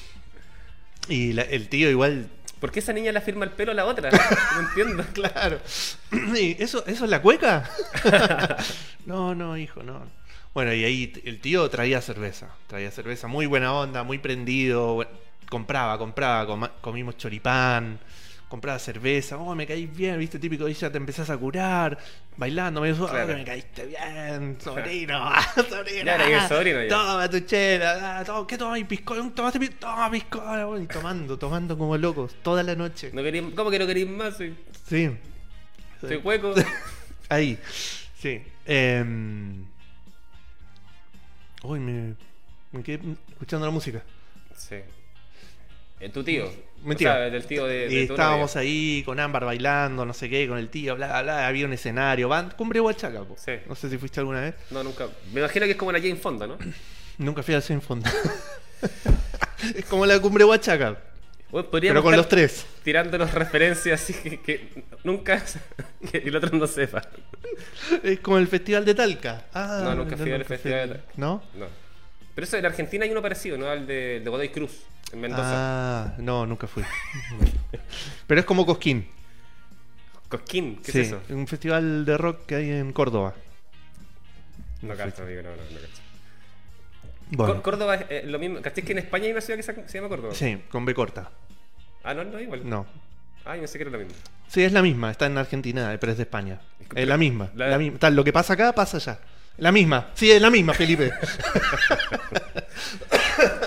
y la- el tío igual ¿Por qué esa niña la firma el pelo a la otra? No entiendo. Claro. Y ¿Eso, ¿Eso es la cueca? no, no, hijo, no. Bueno, y ahí t- el tío traía cerveza. Traía cerveza, muy buena onda, muy prendido. bu- Compraba, compraba, coma- comimos choripán. Compraba cerveza, oh, me caí bien, viste, típico, ahí ya te empezás a curar, bailando, me dijo, "Ah, Claro. me caíste bien, sobrino, sobrino. Claro, que es sobrino ya. Toma tu chela, ah, to- ¿qué tomas? ¿Piscola? ¿Tomaste piscola? Toma piscola, bueno, y tomando, tomando como locos, toda la noche. No querí- ¿Cómo que no querís más? Soy, Sí. soy hueco. Ahí. Sí. Em, Uy, me, me quedé escuchando la música. Sí. Eh, tu tío. Mentira. O sea, el tío de, de y tu estábamos novia. ahí con Ámbar bailando, no sé qué, con el tío, bla, bla, bla. Había un escenario, van, cumbre huachaca, po. Sí. No sé si fuiste alguna vez. No, nunca. Me imagino que es como la Jane Fonda, ¿no? Nunca fui al Sin Fondo. es como la cumbre huachaca, Bueno, pero podríamos con estar los tres. Tirándonos referencias así que, que nunca. que el otro no sepa. Es como el Festival de Talca. Ah, No, nunca fui al Festival de Talca. ¿No? No. Pero eso en Argentina hay uno parecido, ¿no? Al de, de Godoy Cruz, en Mendoza. Ah, no, nunca fui. pero es como Cosquín. Cosquín, ¿qué sí, es eso? Un festival de rock que hay en Córdoba. No cacho, amigo, no, no, no cacho. Bueno, Có- Córdoba es eh, lo mismo. ¿Cachés que en España hay una ciudad que se, se llama Córdoba? sí, con B corta. Ah, no, no, igual. No. Ah, yo pensé que era lo mismo. Sí, es la misma, está en Argentina, pero es de España. Disculpe, Es la misma. la- La... misma. Tal, lo que pasa acá, pasa allá. La misma. Sí, es la misma, Felipe.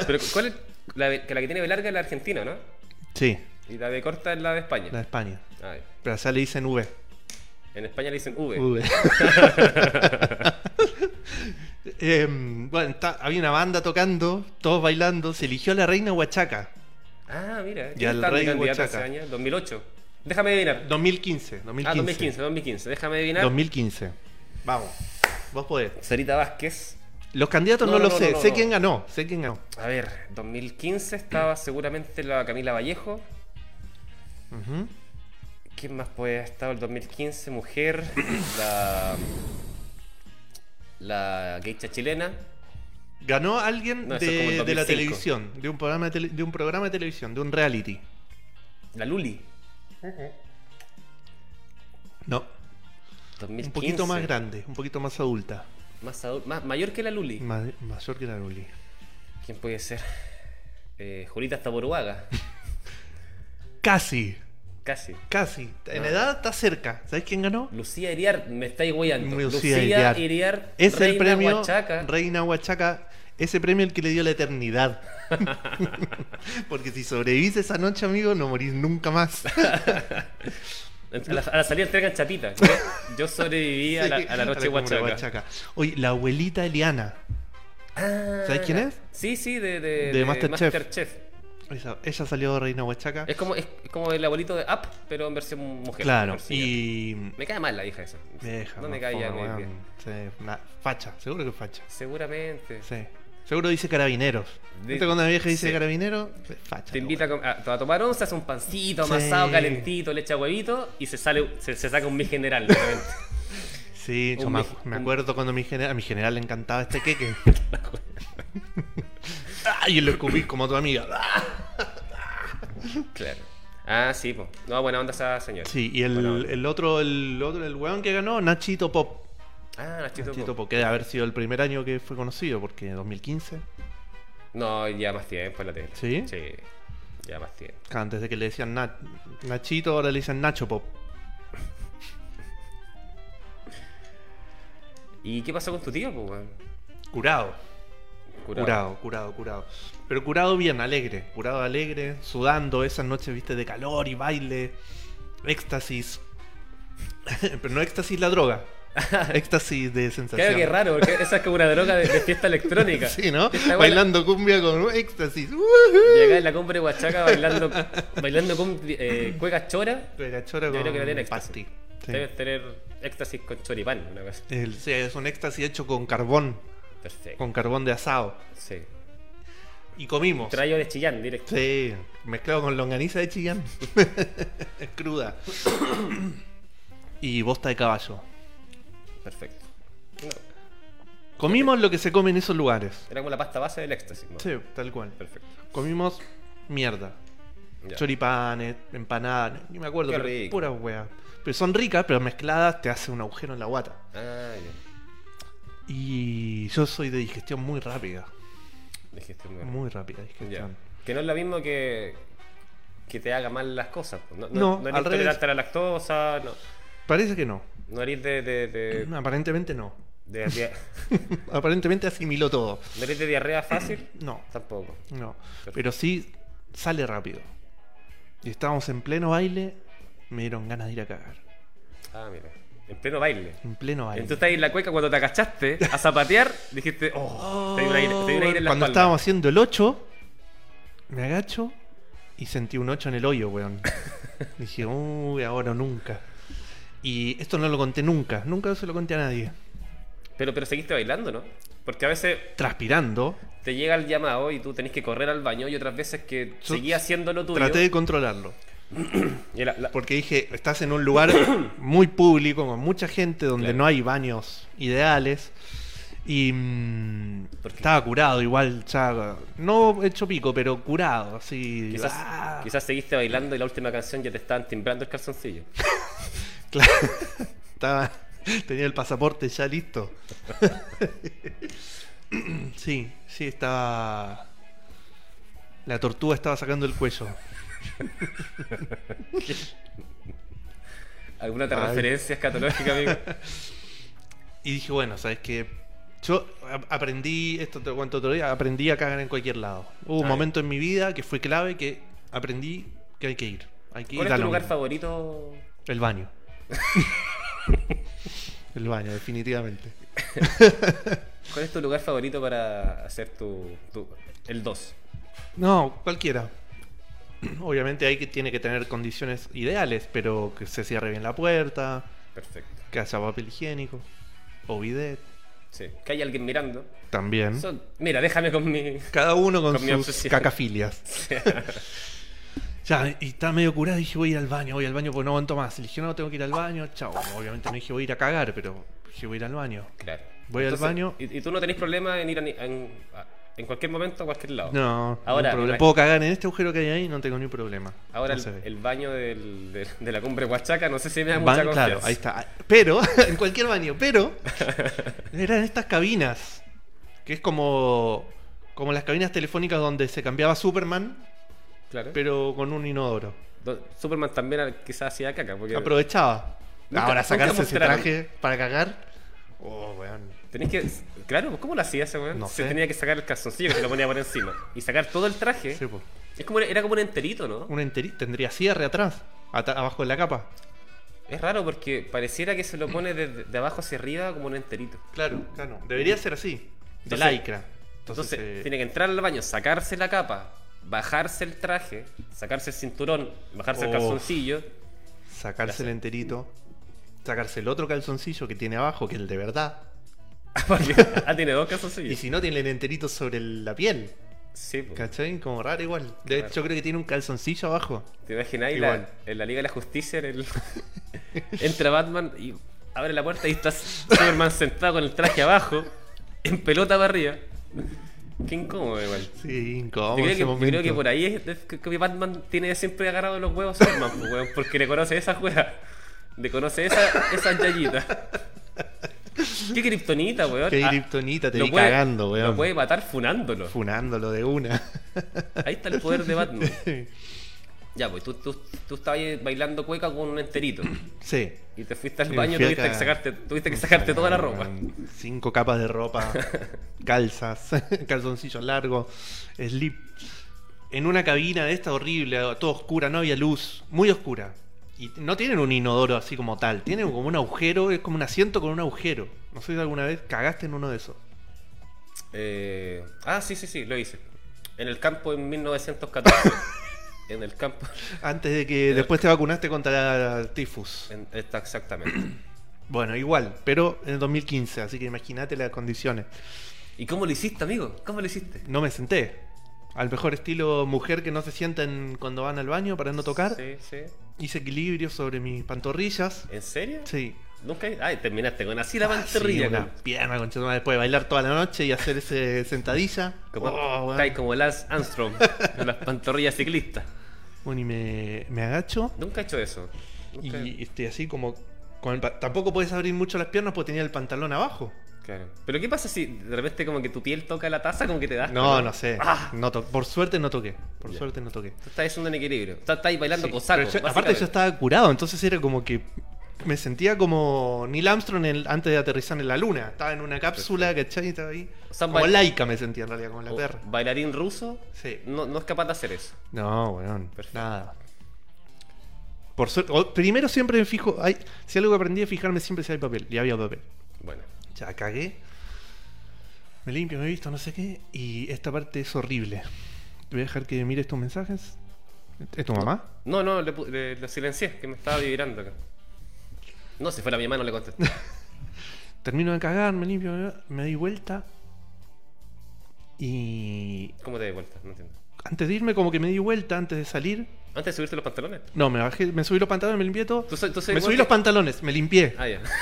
Pero ¿cuál es la, de- que la que tiene B larga es la argentina, ¿no? sí, Y la de corta es la de España. la de España. Ah, ya. Pero allá le dicen V. en España le dicen V. V. Em, bueno, está- había una banda tocando, todos bailando. Se eligió la reina Huachaca. Ah, mira. Y al estaba de rey candidato hace Huachaca. años? 2008. Déjame adivinar. 2015. 2015. Ah, 2015, 2015. Déjame adivinar. 2015. Vamos. Vos podés. Sarita Vázquez. Los candidatos No, no, no, lo no, sé. no, no, sé no. quién ganó. Sé quién ganó. A ver, 2015 estaba seguramente la Camila Vallejo. Ujú. ¿Quién más puede haber estado el 2015? Mujer. La. La geisha chilena. Ganó alguien No, eso es como el de, de la 2005. televisión, de un programa de, tele- de un programa de televisión, de un reality. La Luli. No, 2015. un poquito más grande, un poquito más adulta, Más adu- más- mayor que la Luli. ma- mayor que la Luli. ¿Quién puede ser? Eh, Julita Taboruaga. Casi. Casi. Casi. En No. edad está cerca. ¿Sabes quién ganó? Lucía Iriar, me estáis guiando. Lucía Lucía, Iriar. Iriar, Es reina el premio Huachaca. Reina Huachaca, ese premio el que le dio la eternidad. Porque si sobrevivís esa noche, amigo, no morís nunca más. A la, a la salida entregan chapitas. Yo, yo sobreviví a la, a la noche Ahora, como Huachaca. Oye, la abuelita Eliana. Ah, ¿Sabes quién es? Sí, sí, de, de, De Masterchef. Masterchef. Esa- ella salió Reina Huachaca. Es como, es como el abuelito de Up, pero en versión mujer. Claro, Versión. y. Me cae mal la hija esa. Me deja, no me más caía fome, bien. weón. Sí, una facha, seguro que es facha. Seguramente. Sí. Seguro dice carabineros. De- ¿Viste cuando la vieja dice sí. carabineros? Es Te Facha. la invita a, com- a- a tomar once, hace un pancito Sí. amasado, calentito, le echa huevito y se sale, se, se saca un mi general. de repente. Sí, yo Un me, mej- me un- acuerdo cuando mi general, a mi general le encantaba este queque. Ah, y lo escupí como tu amiga. Ah. claro. Ah, sí, pues. No, buena onda esa señora. Sí, y el, Buena onda. el otro, el otro, el weón que ganó, Nachito Pop. Ah, Nachito, Nachito Pop. Pop, que debe haber sido el primer año que fue conocido, porque 2015, No, ya más tiempo en la tele. ¿Sí? Sí. Ya más tiempo. antes de que le decían Nach- Nachito, ahora le dicen Nacho Pop. ¿Y qué pasó con tu tío, pues, weón? Curado. Curado, curado, curado. Pero curado bien, alegre. Curado alegre, sudando esas noches, viste, de calor y baile, éxtasis. Pero no éxtasis la droga, éxtasis de sensación. Claro que es raro, porque esa es como una droga de, de fiesta electrónica. Sí, ¿no? Esta weá la- Bailando cumbia con éxtasis. Y acá en la compra de Huachaca bailando, bailando con eh, cuecas choras. Regachora Yo creo que la con tiene éxtasis. pasty. Sí. Debes tener éxtasis con choripán, una cosa. El- sí, es un éxtasis hecho con carbón, Perfecto. con carbón de asado. Sí. Y comimos. Trayo de Chillán, directo. Sí, mezclado con longaniza de Chillán. es cruda. y bosta de caballo. Perfecto. No, Comimos lo que se come en esos lugares. era como la pasta base del éxtasis. ¿no? Sí, tal cual. Perfecto. Comimos mierda. Ya. Choripanes, empanadas, ni me acuerdo, Qué pero rico. puras weas. Pero son ricas, pero mezcladas te hace un agujero en la guata. Ah, ya. Y yo soy de digestión muy rápida. Dijiste muy Muy rápida bien. Ya. digestión. Que no es lo mismo que que te haga mal las cosas. pues. No, No, no, no eres al revés. intolerante a la lactosa, no, Parece que no. no eres de, de, de, Aparentemente no. de- de- Aparentemente asimiló todo. no eres de diarrea fácil. No, Tampoco. no. Pero sí sale rápido. Y estábamos en pleno baile, me dieron ganas de ir a cagar. Ah, mira. En pleno baile. En pleno baile. Entonces ahí en la cueca cuando te agachaste a zapatear, dijiste, oh, te dio un aire, te dio un aire en la Cuando espalda. estábamos haciendo el 8, me agacho y sentí un 8 en el hoyo, weón. Dije, uy, ahora o nunca. Y esto no lo conté nunca, nunca se lo conté a nadie. Pero, pero seguiste bailando, ¿no? Porque a veces Transpirando, te llega el llamado y tú tenés que correr al baño y otras veces que Yo seguías haciendo lo tuyo. traté de controlarlo. Y la- la- Porque dije, estás en un lugar muy público, con mucha gente, donde Claro. no hay baños ideales. Y mm, ¿Por qué? estaba curado, igual, ya. No hecho pico, pero curado, así. quizás, ah. quizás seguiste bailando y la última canción ya te estaban timbrando el calzoncillo. Claro. Estaba, tenía el pasaporte ya listo. sí, sí, estaba. La tortuga estaba sacando el cuello. ¿Alguna otra Ay. referencia escatológica, amigo? Y dije, bueno, ¿sabes qué? Yo a- aprendí, esto te lo cuento otro día, aprendí a cagar en cualquier lado. Hubo un Ay. momento en mi vida que fue clave que aprendí que hay que ir. Hay que ir ¿Cuál a es tu este lo lugar mismo. favorito? El baño. el baño, definitivamente. ¿Cuál es tu lugar favorito para hacer tu, tu- el 2? No, cualquiera. Obviamente hay que tiene que tener condiciones ideales, pero que se cierre bien la puerta, Perfecto. que haya papel higiénico o bidet Sí. Que haya alguien mirando. también. Son- mira, déjame con mi... Cada uno con, Con mi sus obsesión. cacafilias. Ya, y estaba medio curado, dije voy a ir al baño, voy al baño porque no aguanto más. Y dije no, tengo que ir al baño, chao. Obviamente no dije voy a ir a cagar, pero dije voy a ir al baño. Claro. Voy al baño. Y, y tú no tenés problema en ir a ni- en, a- en cualquier momento a cualquier lado. No, Ahora, no hay problema. imag- puedo cagar en este agujero que hay ahí, no tengo ni problema. Ahora No el, se ve. el baño del- de, de la cumbre Huachaca, no sé si me da mucha Baño, confianza. claro, ahí está. Pero, en cualquier baño, pero eran estas cabinas, que es como, como las cabinas telefónicas donde se cambiaba Superman, Claro. pero con un inodoro. do- Superman también al- quizás hacía caca, porque Aprovechaba. Nunca- Ahora nunca sacarse ese mostraron. traje para cagar. Oh, weón. tenías que. Claro, ¿cómo lo hacía ese weón? No se sé. tenía que sacar el calzoncillo que se lo ponía por encima. Y sacar todo el traje. Sí, po. Es como, era como un enterito, ¿no? Un enterito. Tendría cierre atrás. ata- abajo de la capa. Es raro porque pareciera que se lo pone desde- de abajo hacia arriba como un enterito. Claro, claro. Debería ser así. De Entonces- lycra. Entonces, eh, tiene que entrar al baño, sacarse la capa, bajarse el traje, sacarse el cinturón, bajarse el Oh. calzoncillo. sacarse el enterito. Sacarse el otro calzoncillo que tiene abajo, que es el de verdad. Porque- ah, tiene dos calzoncillos. Y si no, tiene el enterito sobre el- la piel. Sí, po. ¿Cachai? Como raro igual. De Claro. hecho, yo creo que tiene un calzoncillo abajo. ¿Te imagináis Igual. la, en la Liga de la Justicia? En el... Entra Batman y abre la puerta y está Superman sentado con el traje abajo, en pelota para arriba. Qué incómodo, igual. Sí, Yo incómodo creo, que, ese yo momento. creo que por ahí es, es que que Batman tiene siempre agarrado los huevos a Superman, pues, weón, porque le conoce esa juega. Le conoce esa, esa yayita. Qué kriptonita, weón. Qué Ah, kriptonita, te lo vi puede- cagando, weón. Lo puede matar funándolo. Funándolo de una. Ahí está el poder de Batman. Ya, pues tú, tú, tú estabas ahí bailando cueca con un enterito. sí. Y te fuiste al Sí, baño y fui tuviste acá. que sacarte, tuviste que sacarte toda la ropa. Em, Cinco capas de ropa, calzas, calzoncillos largos, slip. En una cabina de esta horrible, toda oscura, no había luz, muy oscura. Y no tienen un inodoro así como tal, tienen como un agujero, es como un asiento con un agujero. No sé si alguna vez cagaste en uno de esos. Eh, ah, sí, sí, sí, lo hice. En el campo en 1914. en el campo. Antes de que después te vacunaste contra el tifus. en- está exactamente. Bueno, igual, pero en el 2015, así que imagínate las condiciones. ¿Y cómo lo hiciste, amigo? ¿Cómo lo hiciste? No me senté. Al mejor estilo mujer que no se sientan cuando van al baño para no tocar. Sí, sí. Hice equilibrio sobre mis pantorrillas. ¿En serio? Sí. Ah, Nunca. Ay, terminaste con así la Sí, pantorrilla. una con- pierna con después de bailar toda la noche y hacer ese sentadilla. Como, Oh, weón. estáis como Lance Armstrong con las pantorrillas ciclistas. Bueno, y me, me agacho Nunca he hecho eso. Nunca- y estoy así como. con el pa- Tampoco puedes abrir mucho las piernas porque tenía el pantalón abajo. Claro. Pero ¿qué pasa si de repente como que tu piel toca la taza como que te das? No, no sé. Ah. No to- por suerte no toqué. Por suerte no toqué. Tú estás haciendo un equilibrio. Estás, estás bailando Sí, con saco. pero yo- aparte yo básicamente. estaba curado, entonces era como que me sentía como Neil Armstrong en- antes de aterrizar en la luna. Estaba en una cápsula, ¿cachai? Estaba ahí. Samba- Oh. Como laica me sentía en realidad, como la O perra. Bailarín ruso eh, Sí. no, no es capaz de hacer eso. No, weón. Perfecto. Nada. Por suerte, o- primero siempre me fijo, hay, si algo que aprendí es fijarme siempre si hay papel, y había papel. Bueno. Ya cagué. Me limpio, me visto, no sé qué. Y esta parte es horrible. Te voy a dejar que mires tus mensajes. ¿Es tu mamá? No, no, le pu- le- lo silencié, que me estaba vibrando acá. No, si fuera mi mano le contesté. Termino de cagar, me limpio, me- me doy vuelta. Y ¿Cómo te di vuelta? No entiendo. antes de irme, como que me di vuelta antes de salir. Antes de subirte los pantalones. No, me bajé, me subí los pantalones, me limpié todo. Tú soy- tú soy me igual subí que- los pantalones, me limpié. Ah, ya.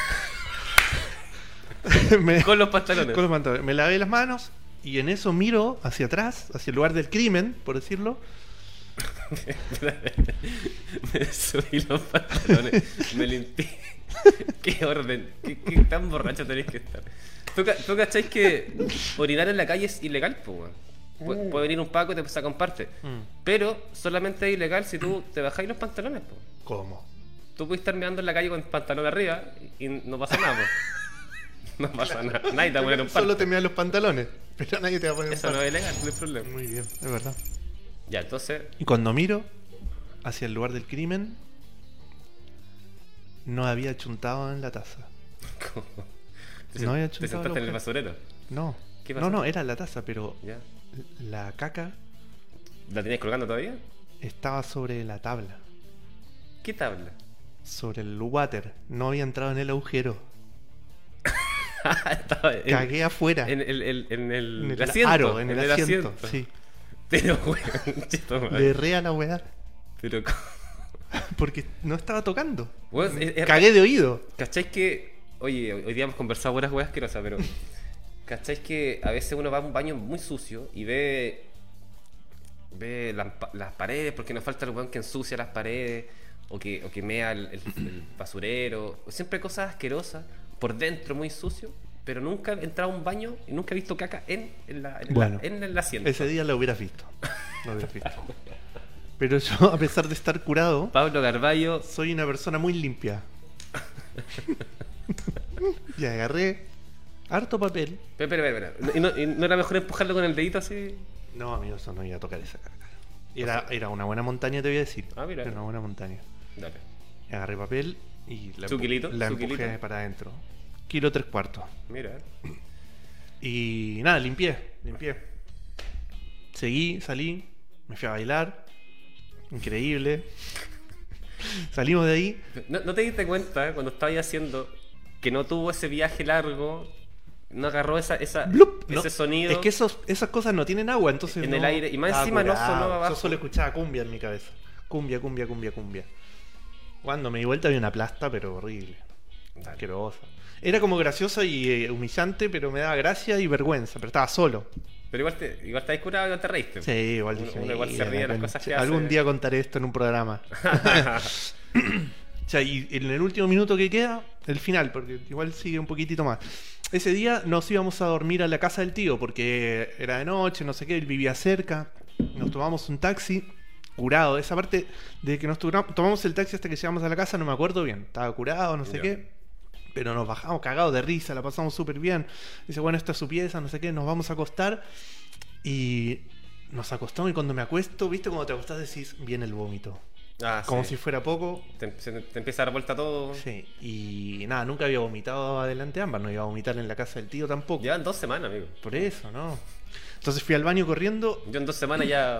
Me- Con los pantalones. con los pantalones. Me lavé las manos y en eso miro hacia atrás, hacia el lugar del crimen, por decirlo. me subí los pantalones. Me limpié. qué orden. Qué, qué tan borracho tenés que estar. ¿Tú, ca- tú cacháis que orinar en la calle es ilegal, pues, weón? Pu- Puede venir un paco y te saca un parte. Mm. Pero solamente es ilegal si tú te bajáis los pantalones, pues. ¿Cómo? Tú puedes estar meando en la calle con el pantalón arriba y no pasa nada, po. No pasa nada. Nadie te va a poner un Solo te parte. meas los pantalones, pero nadie te va a poner Eso un no par. es ilegal, no hay problema. Muy bien, es verdad. Ya, entonces, Y cuando miro hacia el lugar del crimen, no había chuntado en la taza. ¿cómo? Te, No había te chuntado el sentaste en el objeto. basurero. No. ¿Qué pasó? no, no, era la taza, pero Ya. la caca ¿La tienes colgando todavía? estaba sobre la tabla, ¿Qué tabla? sobre el water. No había entrado en el agujero. Estaba en, Cagué afuera. en el, el- en el en el asiento. aro, en el, asiento. Sí. Pero, weón, chito, madre. Berré a la weá. Pero, ¿cómo? Porque no estaba tocando. Weón, es- es- Mm, Cagué de oído. ¿Cacháis que.? Oye, hoy día hemos conversado buenas weas asquerosas, pero. ¿Cacháis que a veces uno va a un baño muy sucio y ve. ve la- las paredes, porque nos falta el weón que ensucia las paredes, o que, o que mea el, el- el basurero, o siempre cosas asquerosas, por dentro muy sucio, pero nunca he entrado a un baño y nunca he visto caca en, en la, en la- Bueno. en el asiento. Ese día lo hubieras visto. Lo hubieras visto. Pero yo, a pesar de estar curado, Pablo Carballo, soy una persona muy limpia. y agarré harto papel. Espera, espera, espera, espera. ¿Y no, y no era mejor empujarlo con el dedito así? No, amigo, eso no iba a tocar esa carga. Era, era una buena montaña, te voy a decir. Ah, mira. Era una buena montaña. Dale. Y agarré papel y la, empu- ¿Su kilito? la ¿Su empujé kilito? para adentro. Kilo tres cuartos. Mira. eh. Y nada, limpié, limpié. Seguí, salí, me fui a bailar. Increíble. Salimos de ahí. ¿No, no te diste cuenta eh, cuando estabas haciendo que no tuvo ese viaje largo? No agarró esa, esa, ¡blup! ese No, sonido. Es que esos- esas cosas no tienen agua, entonces. En no- el aire, y más estaba encima no curado. sonaba abajo. Yo solo escuchaba cumbia en mi cabeza. Cumbia, cumbia, cumbia, cumbia. Cuando me di vuelta había una plasta, pero horrible. Dale. Asquerosa. Era como graciosa y eh, humillante, pero me daba gracia y vergüenza. Pero estaba solo. Pero igual te, igual te curado y no te reíste. Sí, igual Uno- dije. uno igual se "Mira, ríe de las concha". cosas que Algún hace. día contaré esto en un programa. O sea, y en el último minuto que queda, el final, porque igual sigue un poquitito más. Ese día nos íbamos a dormir a la casa del tío, porque era de noche, no sé qué, él vivía cerca. Nos tomamos un taxi, curado. Esa parte de que nos tura- tomamos el taxi hasta que llegamos a la casa, no me acuerdo bien. Estaba curado, no sé Ya. qué. Pero nos bajamos cagados de risa, la pasamos súper bien. Dice, bueno, esta es su pieza, no sé qué, nos vamos a acostar. Y nos acostamos y cuando me acuesto, viste, cuando te acostás decís, viene el vómito. Ah, Como sí. si fuera poco, te, se- te empieza a dar vuelta todo. Sí, y nada, nunca había vomitado adelante ambas, no iba a vomitar en la casa del tío tampoco. Llevan dos semanas, amigo. Por eso, ¿no? Entonces fui al baño corriendo, Yo en dos semanas ya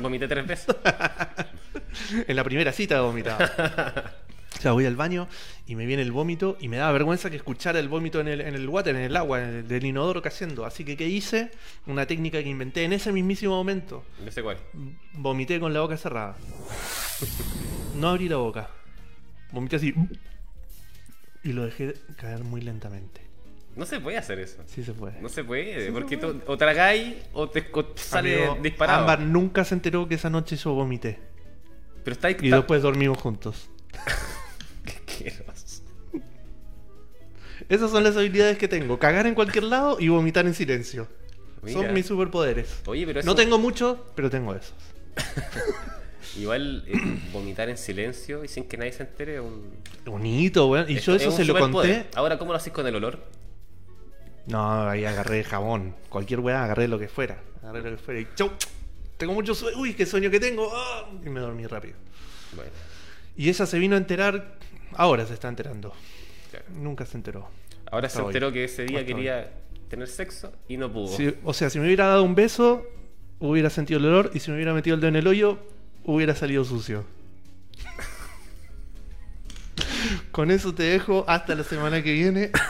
vomité tres veces. en la primera cita vomitaba. O sea, voy al baño y me viene el vómito y me daba vergüenza que escuchara el vómito en el, en el water, en el agua, en el, del inodoro cayendo. Así que, ¿qué hice? Una técnica que inventé en ese mismísimo momento. No sé cuál. Vomité con la boca cerrada. No abrí la boca. Vomité así. Y lo dejé caer muy lentamente. No se puede hacer eso. Sí se puede. No se puede, porque tú o tragáis o te, o te sale Amigo, disparado. Ámbar nunca se enteró que esa noche yo vomité. Pero estáis. Y después dormimos juntos. Asqueroso. Esas son las habilidades que tengo. Cagar en cualquier lado y vomitar en silencio. Mira. Son mis superpoderes. Oye, pero eso, No tengo muchos, pero tengo esos. igual eh, vomitar en silencio y sin que nadie se entere es un. Bonito, weón. Y esto yo es eso un se lo superpoder. conté. Ahora, ¿cómo lo haces con el olor? No, ahí agarré jabón. Cualquier weá, agarré lo que fuera. Agarré lo que fuera y chau. Tengo mucho sueño. Uy, qué sueño que tengo. Ah, Y me dormí rápido. Bueno, Y ella se vino a enterar. Ahora se está enterando. claro. Nunca se enteró. Ahora Hasta se hoy. enteró que ese día Hasta hoy. quería tener sexo y no pudo. Si- o sea, si me hubiera dado un beso, hubiera sentido el olor. Y si me hubiera metido el dedo en el hoyo, hubiera salido sucio. Con eso te dejo hasta la semana que viene.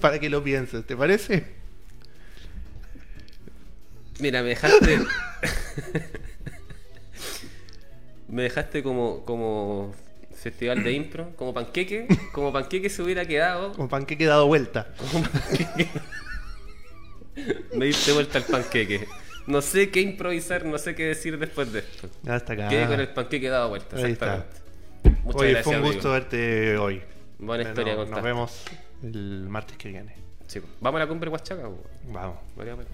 para que lo pienses, ¿te parece? Mira, me dejaste. me dejaste como, como festival de impro, como panqueque, como panqueque se hubiera quedado. Como panqueque dado vuelta. como panqueque. me diste vuelta al panqueque. No sé qué improvisar, no sé qué decir después de esto. Hasta acá. Quedé con el panqueque dado vuelta, Ah. Ahí está. exactamente. Muchas Oye, gracias, fue un amigo. gusto verte hoy. Buena Bueno, historia nos contaste. vemos el martes que viene. Sí, pues. Vamos a la cumbre Huachaca. pues. Vamos. Vale, vale.